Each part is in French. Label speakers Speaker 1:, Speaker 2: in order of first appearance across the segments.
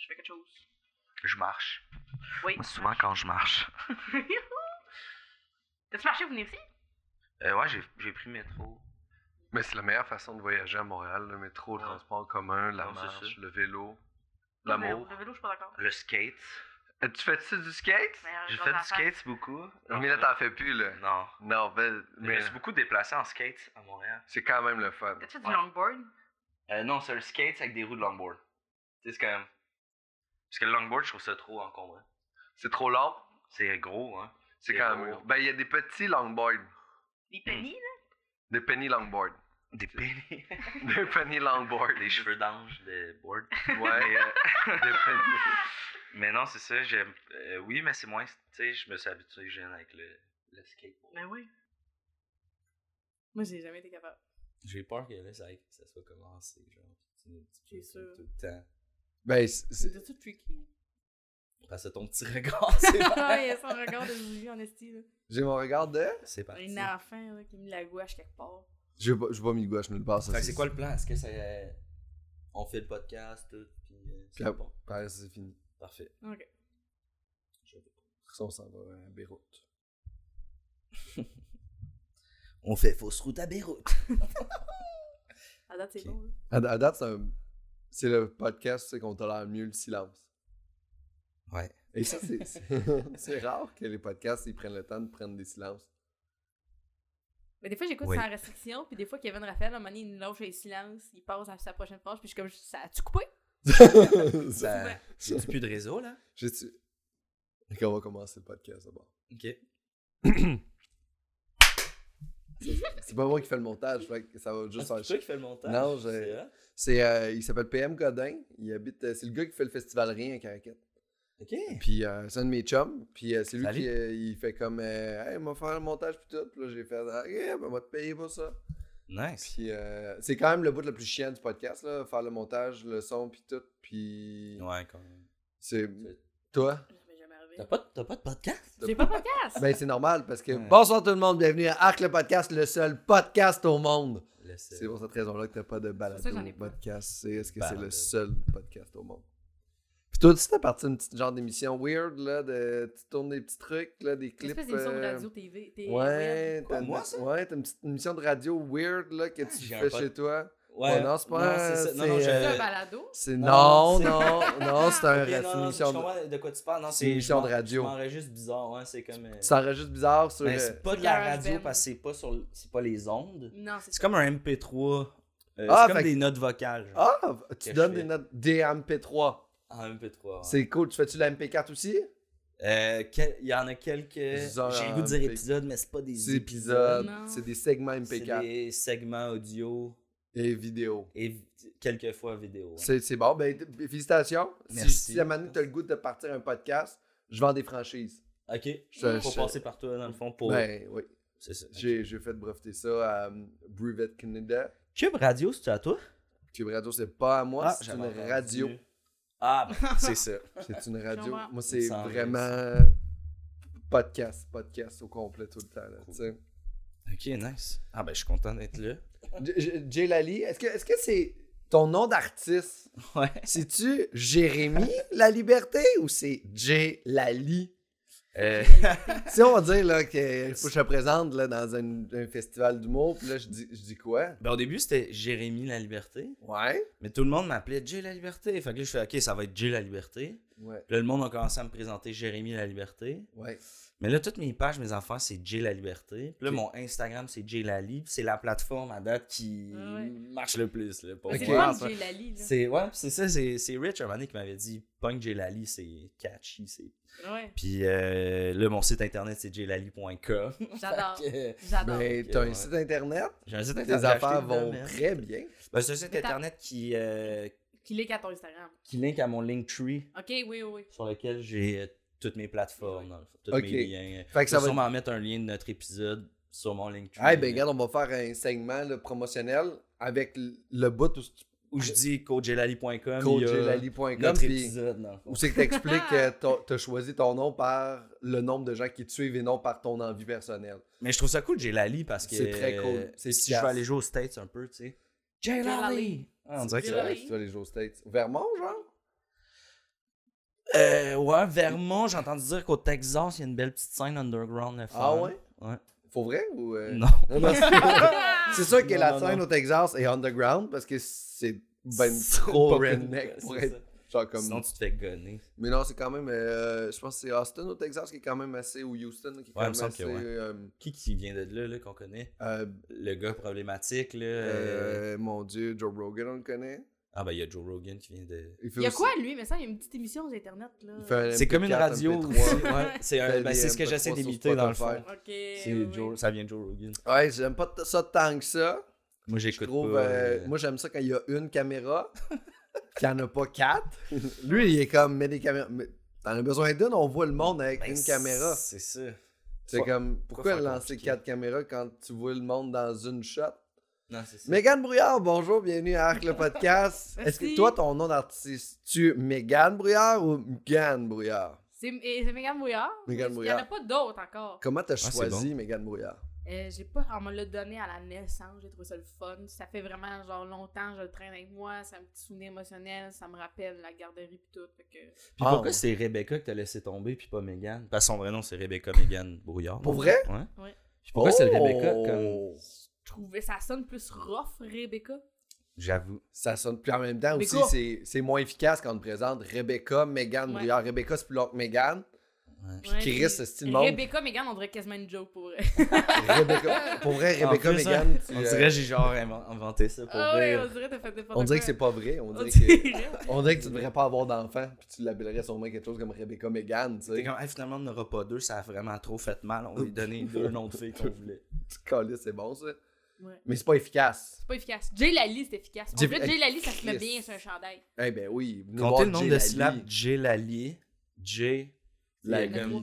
Speaker 1: Je fais quelque chose.
Speaker 2: Je marche.
Speaker 1: Oui.
Speaker 2: Moi, souvent, quand je marche.
Speaker 1: T'as-tu marché, vous venez ici?
Speaker 2: Euh, ouais, j'ai j'ai pris le métro.
Speaker 3: Mais c'est la meilleure façon de voyager à Montréal, le métro, le
Speaker 2: Ouais.
Speaker 3: transport en commun, la
Speaker 2: Non, c'est
Speaker 3: marche,
Speaker 2: ça.
Speaker 3: le vélo,
Speaker 1: Le vélo,
Speaker 3: l'amour.
Speaker 1: Le vélo, je suis pas d'accord. euh,
Speaker 2: Le skate.
Speaker 3: Euh, Tu fais-tu du skate?
Speaker 4: Ben,
Speaker 1: Meilleure
Speaker 2: J'ai
Speaker 1: chose
Speaker 2: fait
Speaker 1: à
Speaker 2: du
Speaker 1: faire.
Speaker 2: skate beaucoup.
Speaker 3: mais là, t'en fais plus, là.
Speaker 2: Non.
Speaker 3: Non, ben,
Speaker 2: Mais
Speaker 3: mais
Speaker 2: je me suis beaucoup déplacé en skate à Montréal.
Speaker 3: c'est quand même le fun.
Speaker 1: T'as-tu fait du
Speaker 2: Ouais.
Speaker 1: longboard?
Speaker 2: Euh, non, c'est le skate avec des roues de longboard. Tu sais, c'est quand même. Parce que le longboard, je trouve ça trop encombrant.
Speaker 3: C'est trop long,
Speaker 2: C'est gros, hein.
Speaker 3: c'est
Speaker 2: C'est
Speaker 3: quand
Speaker 2: gros.
Speaker 3: même... Ben, il y a des petits longboards,
Speaker 1: Les pennies, là?
Speaker 3: des penny longboards.
Speaker 2: Des pénis.
Speaker 3: Des penny longboards.
Speaker 2: des cheveux d'ange de board. euh,
Speaker 3: Ouais, des penny.
Speaker 2: Mais non, c'est ça, j'aime. euh, oui, mais c'est moins. Tu sais, je me suis habitué jeune avec le, le skateboard.
Speaker 1: Ben oui.
Speaker 4: Moi, j'ai jamais été capable.
Speaker 5: J'ai peur que là, ça, ça soit commencé, genre, pis tu nous
Speaker 4: C'est
Speaker 5: dis
Speaker 4: sûr.
Speaker 5: tout le temps. Ben, c'est- c'est.
Speaker 4: C'est tout tricky.
Speaker 5: Parce que ton petit regard, c'est
Speaker 4: Ah, il y a
Speaker 5: parti.
Speaker 4: son regard de voulu en esti, là.
Speaker 6: J'ai mon regard de.
Speaker 5: Ah, C'est parti.
Speaker 4: Un enfant, là, qui a mis la gouache quelque part.
Speaker 6: J'ai pas, j'ai pas mis le gouache nulle part.
Speaker 5: Fait
Speaker 6: Ça,
Speaker 5: que c'est quoi le plan? Est-ce que ça. On fait le podcast, tout, pis. euh, c'est
Speaker 6: Puis,
Speaker 5: bon.
Speaker 6: Ouais, c'est fini.
Speaker 5: Parfait.
Speaker 4: Ok.
Speaker 6: Ça, on s'en va à Beyrouth.
Speaker 5: On fait fausse route à Beyrouth.
Speaker 4: À date, c'est
Speaker 5: Ok.
Speaker 4: bon, là.
Speaker 6: À, à date, c'est un- c'est le podcast c'est qu'on tolère mieux le silence.
Speaker 5: Ouais.
Speaker 6: Et ça, c'est- c'est c'est rare que les podcasts, ils prennent le temps de prendre des silences.
Speaker 4: Mais des fois, j'écoute
Speaker 5: Oui.
Speaker 4: sans restriction, puis des fois, Kevin Raphaël, à un moment donné, il nous lâche les silences, il passe à sa prochaine page, puis je suis comme, ça a-tu coupé?
Speaker 6: Ça-
Speaker 5: Ça... J'ai-tu plus de réseau, là?
Speaker 6: J'ai tu... Ok, on va commencer le podcast d'abord.
Speaker 5: Ok.
Speaker 6: C'est pas moi qui fais le montage, fait que ça va
Speaker 5: Ah,
Speaker 6: juste
Speaker 5: c'est toi qui fais le montage?
Speaker 6: Non, je-
Speaker 5: C'est vrai?
Speaker 6: C'est, euh, il s'appelle PM Godin. Il habite. euh, c'est le gars qui fait le festival Rien à Caraquette.
Speaker 5: Ok.
Speaker 6: Puis euh, c'est un de mes chums. Puis euh, c'est lui
Speaker 5: Salut.
Speaker 6: qui euh, il fait comme euh, Hey, m'a faire le montage puis tout. Puis là j'ai fait Ah, yeah, ben, moi te payer pour ça.
Speaker 5: Nice.
Speaker 6: Puis euh, c'est quand même le bout le plus chiant du podcast là, faire le montage, le son puis tout. Puis
Speaker 5: Ouais, quand même.
Speaker 6: c'est
Speaker 5: C'est-
Speaker 6: toi.
Speaker 4: Jamais, jamais arrivé.
Speaker 5: T'as pas, de- t'as pas de podcast?
Speaker 4: J'ai pas de podcast!
Speaker 6: Ben c'est normal parce que
Speaker 5: Ouais.
Speaker 6: bonsoir tout le monde, bienvenue à Arc le podcast, le seul podcast au monde.
Speaker 5: Laisse-
Speaker 6: C'est pour cette raison-là que t'as pas de balado
Speaker 4: C'est pour ça que j'en ai pas.
Speaker 6: podcast. C'est est-ce que c'est
Speaker 5: Balado.
Speaker 6: le seul podcast au monde. Puis toi aussi, t'as parti d'une petite genre d'émission weird, là, de, tu tournes des petits trucs, là, des
Speaker 4: Une
Speaker 6: clips.
Speaker 4: espèce d'émission de
Speaker 6: euh,
Speaker 4: radio, TV. t'es- ouais.
Speaker 6: Ouais,
Speaker 5: Quoi,
Speaker 6: t'as une,
Speaker 5: moi, ça?
Speaker 6: ouais, t'as une petite émission de radio weird, là, que
Speaker 5: Ah,
Speaker 6: tu
Speaker 5: j'ai un
Speaker 6: fais
Speaker 5: pod-
Speaker 6: chez toi.
Speaker 5: Ouais.
Speaker 6: non, c'est pas-
Speaker 5: Non, c'est ça. Non, non,
Speaker 6: c'est,
Speaker 5: je-
Speaker 4: C'est un
Speaker 6: euh,
Speaker 4: balado?
Speaker 6: C'est, non,
Speaker 5: Non,
Speaker 6: non, non, c'est un,
Speaker 5: Ok,
Speaker 6: c'est
Speaker 5: non,
Speaker 6: une
Speaker 5: non,
Speaker 6: émission
Speaker 5: je
Speaker 6: de...
Speaker 5: comprends de quoi tu parles. Non,
Speaker 6: c'est
Speaker 5: c'est
Speaker 6: une
Speaker 5: je
Speaker 6: émission de
Speaker 5: m'en-
Speaker 6: radio.
Speaker 5: Je m'enregistre bizarre, ouais, c'est comme. euh,
Speaker 6: Tu t'enregistres bizarre sur...
Speaker 5: ben,
Speaker 6: euh,
Speaker 5: c'est pas de
Speaker 4: Garage
Speaker 5: la radio
Speaker 4: band.
Speaker 5: parce que c'est pas sur, le- c'est pas les ondes.
Speaker 4: Non, c'est
Speaker 5: C'est
Speaker 4: ça.
Speaker 5: comme un MP3. euh,
Speaker 6: Ah,
Speaker 5: c'est comme
Speaker 6: fait que-
Speaker 5: des notes vocales. Genre.
Speaker 6: Ah,
Speaker 5: que
Speaker 6: tu
Speaker 5: je
Speaker 6: donnes
Speaker 5: fais.
Speaker 6: des notes DMP3.
Speaker 5: Ah, MP3. ouais.
Speaker 6: C'est cool. Tu fais-tu la MP4 aussi?
Speaker 5: Euh, quel- Il y en a quelques. J'ai
Speaker 6: Disons,
Speaker 5: le goût de
Speaker 6: euh,
Speaker 5: dire
Speaker 6: MP-
Speaker 5: épisodes, mais c'est pas des
Speaker 6: Des
Speaker 5: épisodes.
Speaker 6: épisodes,
Speaker 4: Non.
Speaker 6: c'est des segments
Speaker 5: C'est
Speaker 6: MP4
Speaker 5: des segments audio
Speaker 6: et vidéo.
Speaker 5: et vi- quelquefois vidéo. ouais.
Speaker 6: C'est c'est bon. Ben, t- félicitations. Si-
Speaker 5: Merci.
Speaker 6: Si, à un moment donné, t'as le goût de partir un podcast, je vends des franchises.
Speaker 5: Ok.
Speaker 6: Je-
Speaker 5: Faut
Speaker 6: je-
Speaker 5: passer par toi, dans le fond, pour.
Speaker 6: Ben oui.
Speaker 5: C'est ça.
Speaker 6: J'ai j'ai fait breveter ça à euh, Brevet Canada.
Speaker 5: Cube Radio, c'est à toi?
Speaker 6: Cube Radio, c'est pas à moi, c'est
Speaker 5: Ah, j'avais
Speaker 6: une
Speaker 5: entendu.
Speaker 6: radio.
Speaker 5: Ah, ben, c'est ça.
Speaker 6: C'est une radio.
Speaker 4: comprends.
Speaker 6: Moi, c'est
Speaker 5: Ça en
Speaker 6: vraiment podcast, podcast au complet tout le temps. là, tu sais.
Speaker 5: Ok, nice. Ah, ben, je suis content d'être là.
Speaker 6: J- J- Jay Lally, est-ce que est-ce que c'est ton nom d'artiste?
Speaker 5: Ouais.
Speaker 6: C'est-tu Jérémy La Liberté ou c'est Jay Lally?
Speaker 5: Euh,
Speaker 6: Si on va dire là, que faut que je te présente là, dans un, un festival d'humour, puis là, je dis, je dis quoi?
Speaker 5: ben, au début, c'était Jérémy La Liberté.
Speaker 6: Ouais.
Speaker 5: Mais tout le monde m'appelait Jay La Liberté. Fait que là, je fais OK, ça va être Jay La Liberté.
Speaker 6: Ouais.
Speaker 5: Puis là, le monde a commencé à me présenter Jérémy La Liberté.
Speaker 6: Ouais.
Speaker 5: Mais là, toutes mes pages, mes affaires, c'est Jay La Liberté. Puis là, mon Instagram, c'est Jay Lali. Puis c'est la plateforme à date qui
Speaker 4: Ah ouais.
Speaker 5: marche le plus. Là, pour
Speaker 4: Mais C'est
Speaker 6: Ok.
Speaker 4: le
Speaker 5: moi.
Speaker 4: fun, j'ai la lie, là.
Speaker 5: C'est ouais, puis c'est ça, c'est c'est Rich un moment donné qui m'avait dit Punk Jay Lali, c'est catchy. c'est
Speaker 4: Ouais,
Speaker 5: Puis euh, là, mon site internet, c'est jaylali.com.
Speaker 4: j'adore.
Speaker 5: Fait que, euh,
Speaker 4: J'adore.
Speaker 6: Ben,
Speaker 5: Ok,
Speaker 6: t'as un
Speaker 5: ouais.
Speaker 6: site internet,
Speaker 5: J'ai un site
Speaker 6: tes
Speaker 5: internet. j'ai acheté
Speaker 6: affaires
Speaker 5: le
Speaker 6: vont
Speaker 5: domaine.
Speaker 6: très bien.
Speaker 5: Ben, c'est un site
Speaker 4: Mais t'as-
Speaker 5: internet qui, euh,
Speaker 4: Qui link à ton Instagram.
Speaker 5: qui link à mon Linktree
Speaker 4: Ok, oui, oui, oui.
Speaker 5: sur lequel j'ai euh, toutes mes plateformes, dans le fond, tous
Speaker 6: Ok.
Speaker 5: mes liens.
Speaker 6: Fait que
Speaker 5: Je
Speaker 6: ça
Speaker 5: vais
Speaker 6: va.
Speaker 5: sûrement mettre un lien de notre épisode sur mon Linktree. euh,
Speaker 6: Hey, ben, regarde, on va faire un segment là, promotionnel avec le, le bout où tu
Speaker 5: Où je dis coajelali.com.
Speaker 6: coaches
Speaker 5: Notre
Speaker 6: puis
Speaker 5: épisode, dans le fond.
Speaker 6: où c'est que t'expliques que t'as- t'as choisi ton nom par le nombre de gens qui te suivent et non par ton envie personnelle.
Speaker 5: Mais je trouve ça cool, Jelali, parce que.
Speaker 6: C'est très cool.
Speaker 5: euh,
Speaker 6: C'est
Speaker 5: si
Speaker 6: efficace.
Speaker 5: je veux aller jouer aux States un peu, tu sais. Jelali!
Speaker 4: Jelali.
Speaker 5: Ah, on dirait que
Speaker 6: C'est
Speaker 5: ça.
Speaker 6: vrai que tu vas aller jouer aux States. Vermont, genre?
Speaker 5: Euh, ouais, Vermont, j'ai entendu dire qu'au Texas, il y a une belle petite scène underground. le fun.
Speaker 6: Ah ouais?
Speaker 5: Ouais.
Speaker 6: Faut vrai ou. euh,
Speaker 5: Non.
Speaker 6: non, non, c'est-
Speaker 4: Ah!
Speaker 6: c'est sûr que
Speaker 5: Non,
Speaker 6: la
Speaker 5: non,
Speaker 6: scène
Speaker 5: non.
Speaker 6: au Texas est underground parce que c'est ben
Speaker 5: C'est trop
Speaker 6: pas
Speaker 5: redneck.
Speaker 6: redneck pour
Speaker 5: c'est
Speaker 6: être
Speaker 5: ça.
Speaker 6: genre comme.
Speaker 5: Sinon, tu te fais gonner.
Speaker 6: Mais non, c'est quand même. euh, je pense que c'est Austin au Texas qui est quand même assez. Ou Houston qui
Speaker 5: Ouais, il
Speaker 6: est quand
Speaker 5: me
Speaker 6: même
Speaker 5: semble
Speaker 6: assez.
Speaker 5: que ouais.
Speaker 6: euh,
Speaker 5: Qui qui vient de là, là qu'on connaît
Speaker 6: euh,
Speaker 5: Le gars problématique, là. euh,
Speaker 6: euh, mon dieu, Joe Rogan, on le connaît.
Speaker 5: Ah, ben, il y a Joe Rogan qui vient de.
Speaker 6: Il fait
Speaker 4: Il y a
Speaker 6: aussi-
Speaker 4: quoi, lui? Mais ça, il y a une petite émission sur Internet, là.
Speaker 6: il fait un
Speaker 5: C'est comme une
Speaker 6: MP4,
Speaker 5: radio
Speaker 6: MP3.
Speaker 5: aussi. Ouais, c'est un-
Speaker 6: Fait
Speaker 5: ben,
Speaker 6: des
Speaker 5: c'est ce que
Speaker 6: MP3
Speaker 5: j'essaie
Speaker 6: sur
Speaker 5: d'imiter dans le
Speaker 6: Spotify.
Speaker 5: fond.
Speaker 4: OK.
Speaker 5: C'est
Speaker 4: oui, oui.
Speaker 5: Joe- ça vient de Joe Rogan.
Speaker 6: Ouais, j'aime pas t- ça tant que ça.
Speaker 5: Moi,
Speaker 6: Je
Speaker 5: j'écoute
Speaker 6: trouve,
Speaker 5: pas.
Speaker 6: euh,
Speaker 5: euh,
Speaker 6: moi j'aime ça quand il y a une caméra, qu'il n'y en a pas quatre. Lui, il est comme, mets des caméras. mais T'en as besoin d'une, on voit le monde avec
Speaker 5: ben,
Speaker 6: une caméra.
Speaker 5: C'est ça.
Speaker 6: C'est comme, pourquoi,
Speaker 5: faire
Speaker 6: lancer
Speaker 5: compliqué?
Speaker 6: quatre caméras quand tu vois le monde dans une shot?
Speaker 5: Non, c'est ça.
Speaker 6: Mégane Brouillard, bonjour, bienvenue à Arc le podcast. Est-ce que
Speaker 4: Merci.
Speaker 6: toi, ton nom d'artiste, tu Mégane Brouillard ou Mégane Brouillard?
Speaker 4: C'est et c'est Mégane Brouillard.
Speaker 6: Mégane
Speaker 4: Il y en
Speaker 6: Brouillard.
Speaker 4: a pas d'autres encore.
Speaker 6: Comment t'as
Speaker 5: Ah, c'est
Speaker 6: choisi Mégane Brouillard?
Speaker 4: Euh, j'ai pas, on me l'a donné à la naissance, j'ai trouvé ça le fun. Ça fait vraiment genre longtemps, je le traîne avec moi, c'est un petit souvenir émotionnel, ça me rappelle la garderie pis tout. Fait que...
Speaker 5: Puis
Speaker 6: Ah,
Speaker 5: pourquoi
Speaker 6: ouais.
Speaker 5: c'est Rebecca que t'as laissé tomber puis pas Megan Parce que son vrai nom c'est Rebecca Megan Brouillard.
Speaker 6: Pour vrai?
Speaker 5: Ouais.
Speaker 4: Ouais.
Speaker 5: Puis pourquoi c'est
Speaker 6: Oh!
Speaker 5: Rebecca comme.
Speaker 4: Je trouvais ça sonne plus rough, Rebecca.
Speaker 5: J'avoue.
Speaker 6: Ça sonne plus en même temps aussi,
Speaker 4: Rebecca.
Speaker 6: c'est- c'est moins efficace quand on te présente Rebecca, Mégane
Speaker 4: Ouais.
Speaker 6: Brouillard. Rebecca, c'est plus long que Mégane. Puis
Speaker 4: Ouais,
Speaker 6: Chris,
Speaker 4: puis
Speaker 6: ce style monde.
Speaker 4: Rebecca, Mégane, on dirait quasiment une joke pour vrai.
Speaker 6: Rebecca. Pour vrai,
Speaker 5: En
Speaker 6: Rebecca
Speaker 5: plus, hein,
Speaker 6: Megan,
Speaker 5: On dirait que j'ai genre inven- inventé ça pour
Speaker 4: Ah ouais,
Speaker 5: vrai.
Speaker 4: on dirait que t'as fait n'importe
Speaker 6: euh, on dirait que
Speaker 4: quoi.
Speaker 6: c'est pas vrai. On
Speaker 4: On
Speaker 6: dirait que,
Speaker 4: dirait.
Speaker 6: on dirait que tu devrais pas avoir d'enfant, puis tu l'appellerais sûrement quelque chose comme Rebecca Megan, tu
Speaker 5: T'es
Speaker 6: sais.
Speaker 5: comme, Hey, finalement, on n'aura pas deux, ça a vraiment trop fait mal. On va lui donner deux noms de filles qu'on voulait.
Speaker 6: Tu colles, c'est bon ça.
Speaker 4: Ouais.
Speaker 6: Mais c'est pas efficace.
Speaker 4: C'est pas efficace. Jay Lally, c'est efficace. En
Speaker 6: Jay-
Speaker 4: plus, Jay Lally, ça se met
Speaker 6: Chris.
Speaker 4: bien sur un chandail.
Speaker 6: Eh ben oui. venez voir
Speaker 5: Comptez le nombre
Speaker 6: Jay
Speaker 5: de
Speaker 6: Lally.
Speaker 5: syllabes J. Lali, J.
Speaker 6: La-
Speaker 5: Lali.
Speaker 4: Lali.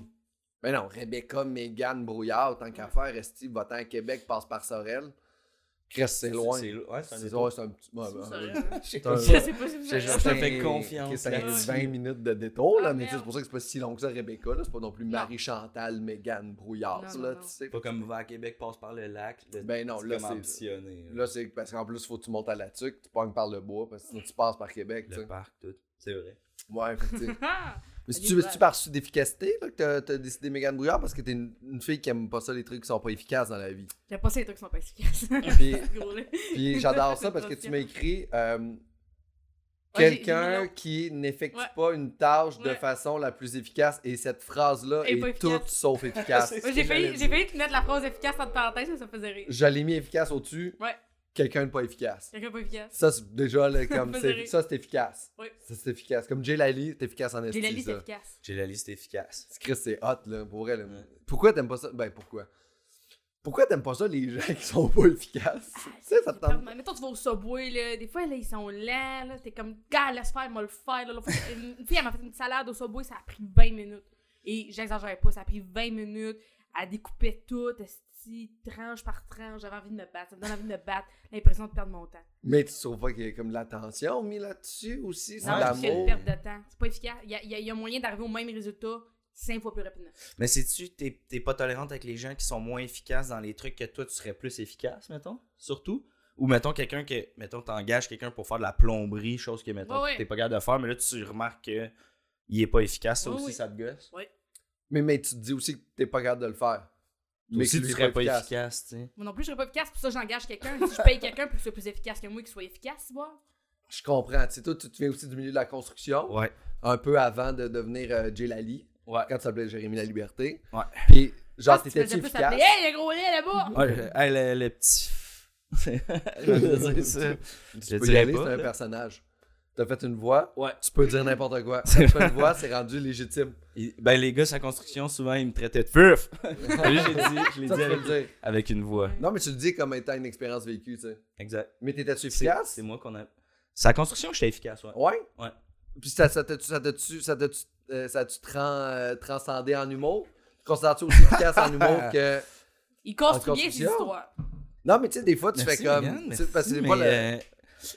Speaker 6: Mais Ben non, Rebecca Megan Brouillard, tant qu'à faire, Esti, va-t'en à Québec, passe par Sorel. Chris, c'est loin.
Speaker 5: C'est
Speaker 6: C'est
Speaker 5: ouais, c'est un
Speaker 6: ouais,
Speaker 5: détour.
Speaker 6: c'est un petit. ouais,
Speaker 4: C'est
Speaker 6: ben,
Speaker 4: où ça,
Speaker 6: ouais.
Speaker 4: là?
Speaker 5: C'est
Speaker 6: un-
Speaker 4: Je sais pas si vous
Speaker 6: C'est
Speaker 4: savez.
Speaker 6: genre
Speaker 5: Je te
Speaker 6: un-
Speaker 5: fais confiance,
Speaker 6: C'est un
Speaker 5: là-dessus.
Speaker 6: 20 minutes de détour,
Speaker 4: Ah,
Speaker 6: là, mais tu sais, c'est
Speaker 4: merde.
Speaker 6: pour ça que c'est pas si long que ça, Rebecca. là. C'est pas non plus
Speaker 4: Non.
Speaker 6: Marie-Chantal, Mégane Brouillard,
Speaker 4: Non, non,
Speaker 6: là,
Speaker 4: non.
Speaker 6: tu sais.
Speaker 5: pas comme va à Québec, passe par le lac. le-
Speaker 6: Ben non, là,
Speaker 5: comme
Speaker 6: c'est-
Speaker 5: ambitionné, là.
Speaker 6: Là, c'est parce qu'en plus, faut que tu montes à la tuque, tu pognes par le bois, parce que sinon tu passes par Québec, tu
Speaker 5: Le
Speaker 6: sais.
Speaker 5: parc, tout. C'est vrai.
Speaker 6: Ouais, fait que, tu sais. Mais si
Speaker 4: Allez,
Speaker 6: tu
Speaker 4: ouais.
Speaker 6: c'est-tu par souci d'efficacité là, que t'as- t'as décidé Mégane Brouillard parce que t'es une, une fille qui aime pas ça, les trucs qui sont pas efficaces dans la vie.
Speaker 4: J'aime pas ces trucs qui sont pas efficaces.
Speaker 6: Puis,
Speaker 4: Gros, là.
Speaker 6: puis j'adore ça parce que tu m'as écrit euh,
Speaker 4: j'ai-
Speaker 6: quelqu'un
Speaker 4: j'ai
Speaker 6: qui n'effectue
Speaker 4: Ouais.
Speaker 6: pas une tâche de
Speaker 4: Ouais.
Speaker 6: façon la plus efficace et cette phrase-là
Speaker 4: Elle est
Speaker 6: est,
Speaker 4: pas
Speaker 6: toute
Speaker 4: efficace.
Speaker 6: sauf efficace.
Speaker 4: Moi, j'ai failli, j'ai failli te mettre la phrase efficace entre parenthèses, mais ça me faisait rire.
Speaker 6: Je l'ai mis efficace au-dessus.
Speaker 4: Ouais.
Speaker 6: Quelqu'un de pas efficace.
Speaker 4: Quelqu'un pas efficace.
Speaker 6: Ça, c'est déjà là, comme
Speaker 4: Ça me
Speaker 6: c'est-
Speaker 4: fait rire.
Speaker 6: ça, c'est efficace.
Speaker 4: Oui.
Speaker 6: Ça, c'est efficace. Comme Jay Lally, c'est efficace en
Speaker 4: J'ai la
Speaker 6: esti,
Speaker 4: liste
Speaker 6: ça.
Speaker 4: efficace.
Speaker 5: J'ai la liste efficace.
Speaker 6: C'est- Chris, c'est hot, là, pour vrai. là.
Speaker 5: Ouais.
Speaker 6: Pourquoi t'aimes pas ça? Ben, pourquoi? Pourquoi t'aimes pas ça, les gens qui sont pas efficaces?
Speaker 4: Ah,
Speaker 6: tu sais, ça te tente.
Speaker 4: Mais Mettons, tu vas au subway, là. Des fois, là, ils sont lents, là. T'es comme, gars, laisse faire, moi le faire, là. L'autre fois, Une une fille, elle m'a fait une salade au subway, ça a pris 20 minutes. Et j'exagère pas, ça a pris 20 minutes. Elle découpait tout, esti, tranche par tranche. J'avais envie de me battre. Ça me donne envie de me battre. L'impression de perdre mon temps.
Speaker 6: Mais tu trouves pas qu'il y a comme de l'attention mis là-dessus aussi? C'est
Speaker 5: Ouais,
Speaker 6: de
Speaker 4: Non, c'est une
Speaker 6: l'amour.
Speaker 4: perte de temps. C'est pas efficace. Il y, a- il y a- il y a moyen d'arriver au même résultat 5 fois plus rapidement.
Speaker 5: Mais sais-tu, t'es t'es pas tolérante avec les gens qui sont moins efficaces dans les trucs que toi, tu serais plus efficace, mettons, surtout? Ou mettons quelqu'un que, mettons, t'engages quelqu'un pour faire de la plomberie, chose que, mettons,
Speaker 4: Ouais, ouais.
Speaker 5: t'es pas capable de faire, mais là, tu remarques que il est pas efficace, ça
Speaker 4: Ouais,
Speaker 5: aussi,
Speaker 4: ouais.
Speaker 5: ça te gosse.
Speaker 6: Mais, mais tu te dis aussi que t'es pas capable de le faire.
Speaker 5: Mais si
Speaker 6: que
Speaker 5: tu
Speaker 6: lui est
Speaker 5: serais pas efficace, tu sais.
Speaker 4: Moi non plus, je serais pas efficace, pour ça j'engage quelqu'un. Si je paye quelqu'un pour qu'il soit plus efficace que moi, qu'il soit efficace, tu vois.
Speaker 6: Je comprends. Tu sais, toi, tu te viens aussi du milieu de la construction,
Speaker 5: Ouais.
Speaker 6: un peu avant de devenir euh, Jay Lally,
Speaker 5: Ouais.
Speaker 6: quand tu t'appelais Jérémy La Liberté.
Speaker 5: Ouais.
Speaker 6: Puis, genre,
Speaker 4: Je pense Ah, que tu
Speaker 6: t'étais-tu
Speaker 4: faisais plus
Speaker 6: efficace?
Speaker 4: appeler, Hey, le gros lait là-bas!
Speaker 5: Ouais, je- hey, le, le petit. Je vais dire ça. Je
Speaker 6: Tu peux y
Speaker 5: dirais
Speaker 6: aller,
Speaker 5: pas,
Speaker 6: c'est un
Speaker 5: là.
Speaker 6: personnage. T'as fait une voix,
Speaker 5: Ouais.
Speaker 6: tu peux dire n'importe quoi.
Speaker 5: C'est
Speaker 6: Quand tu fais une voix, c'est rendu légitime.
Speaker 5: Il- Ben, les gars, sa construction, souvent, ils me traitaient de fuf. Lui, j'ai dit, je l'ai
Speaker 6: Ça,
Speaker 5: dit
Speaker 6: tu peux
Speaker 5: avec,
Speaker 6: le dire.
Speaker 5: avec une voix.
Speaker 6: Non, mais tu le dis comme étant une expérience vécue, tu sais.
Speaker 5: Exact.
Speaker 6: Mais t'étais-tu
Speaker 5: C'est-
Speaker 6: efficace?
Speaker 5: C'est moi qu'on a. Sa construction, j'étais efficace, ouais.
Speaker 6: Ouais?
Speaker 5: Ouais.
Speaker 6: Puis ça ça t'a-tu ça t'a-tu ça t'a-tu euh, ça t'a-tu tran- euh, transcendé en humour? Tu Considères-tu aussi efficace en humour que...
Speaker 4: Il
Speaker 6: En
Speaker 4: construit bien ses
Speaker 6: construction.
Speaker 4: histoires.
Speaker 6: Non, mais tu sais, des fois, tu
Speaker 5: Merci,
Speaker 6: fais comme...
Speaker 5: Megan,
Speaker 6: tu sais,
Speaker 5: merci,
Speaker 6: parce que c'est
Speaker 5: mais,
Speaker 6: pas le-
Speaker 5: euh,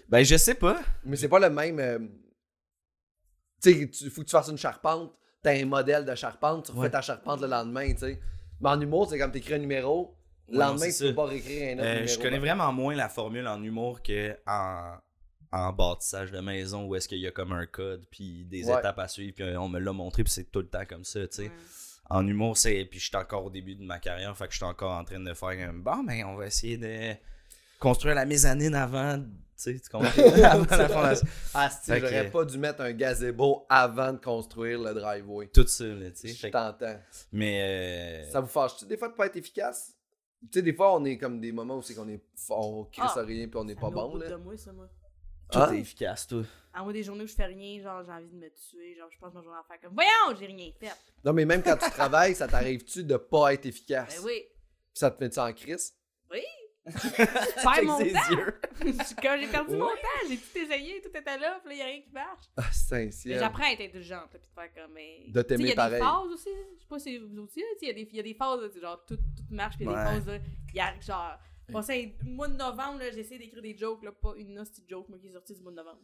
Speaker 5: Ben, je sais pas.
Speaker 6: Mais c'est pas le même... euh, Tu sais, tu- faut que tu fasses une charpente, t'as un modèle de charpente, tu refais
Speaker 5: Ouais.
Speaker 6: ta charpente le lendemain, tu sais. Mais en humour, c'est comme t'écris un numéro, le
Speaker 5: Ouais, non,
Speaker 6: lendemain,
Speaker 5: c'est
Speaker 6: tu peux
Speaker 5: ça.
Speaker 6: pas réécrire un autre
Speaker 5: Euh,
Speaker 6: numéro.
Speaker 5: je connais vraiment moins la formule en humour que en, en bâtissage de maison où est-ce qu'il y a comme un code, puis des
Speaker 6: Ouais. Mm.
Speaker 5: étapes à suivre, puis on me l'a montré, puis c'est tout le temps comme ça, tu sais. En humour, c'est. Puis je suis encore au début de ma carrière, fait que je suis encore en train de faire un. Bon, mais on va essayer de construire la mezzanine avant. Tu sais, tu comprends? avant la fondation.
Speaker 6: Ah, si,
Speaker 5: Fait
Speaker 6: j'aurais
Speaker 5: que-
Speaker 6: pas dû mettre un gazebo avant de construire le driveway.
Speaker 5: Tout ça, là, tu sais.
Speaker 6: Je
Speaker 5: fait que-
Speaker 6: t'entends.
Speaker 5: Mais. euh,
Speaker 6: Ça vous fâche-tu des fois de pas être efficace? Tu sais, des fois, on est comme des moments où c'est qu'on est, on crisse
Speaker 4: Ah.
Speaker 6: rien puis on n'est
Speaker 4: Ça
Speaker 6: pas
Speaker 4: me
Speaker 6: bon,
Speaker 4: goûte de
Speaker 6: là.
Speaker 4: moi, ça, moi.
Speaker 5: Tout
Speaker 6: Hein?
Speaker 5: est efficace, tout.
Speaker 4: À moi, des journées où je fais rien, genre, j'ai envie de me tuer. Genre, je pense que je vais en faire comme. Voyons, j'ai rien fait.
Speaker 6: Non, mais même quand tu travailles, ça t'arrive-tu de pas être efficace?
Speaker 4: Ben oui.
Speaker 6: Puis Ça te met-tu en crise?
Speaker 4: Je perds
Speaker 5: Check
Speaker 4: mon
Speaker 5: ses
Speaker 4: temps.
Speaker 5: yeux.
Speaker 4: Je- Quand j'ai perdu mon temps, j'ai tout essayé, tout était là, puis là, il n'y a rien qui marche.
Speaker 6: Ah, c'est
Speaker 4: Mais
Speaker 6: ciel.
Speaker 4: j'apprends à être intelligente, là, puis de faire comme. Mais...
Speaker 6: De t'aimer
Speaker 4: Tu sais,
Speaker 6: pareil.
Speaker 4: Il y a des phases aussi, je sais pas si vous aussi, là, tu sais, il y, a des- il y a des phases, là, tu sais, genre, tout, tout marche, puis il y a
Speaker 5: Ouais.
Speaker 4: des phases, là, il y a genre. Passé, mois de novembre, là, j'ai essayé d'écrire des jokes, là, pas une hostie de joke, moi, qui est sortie du mois de novembre.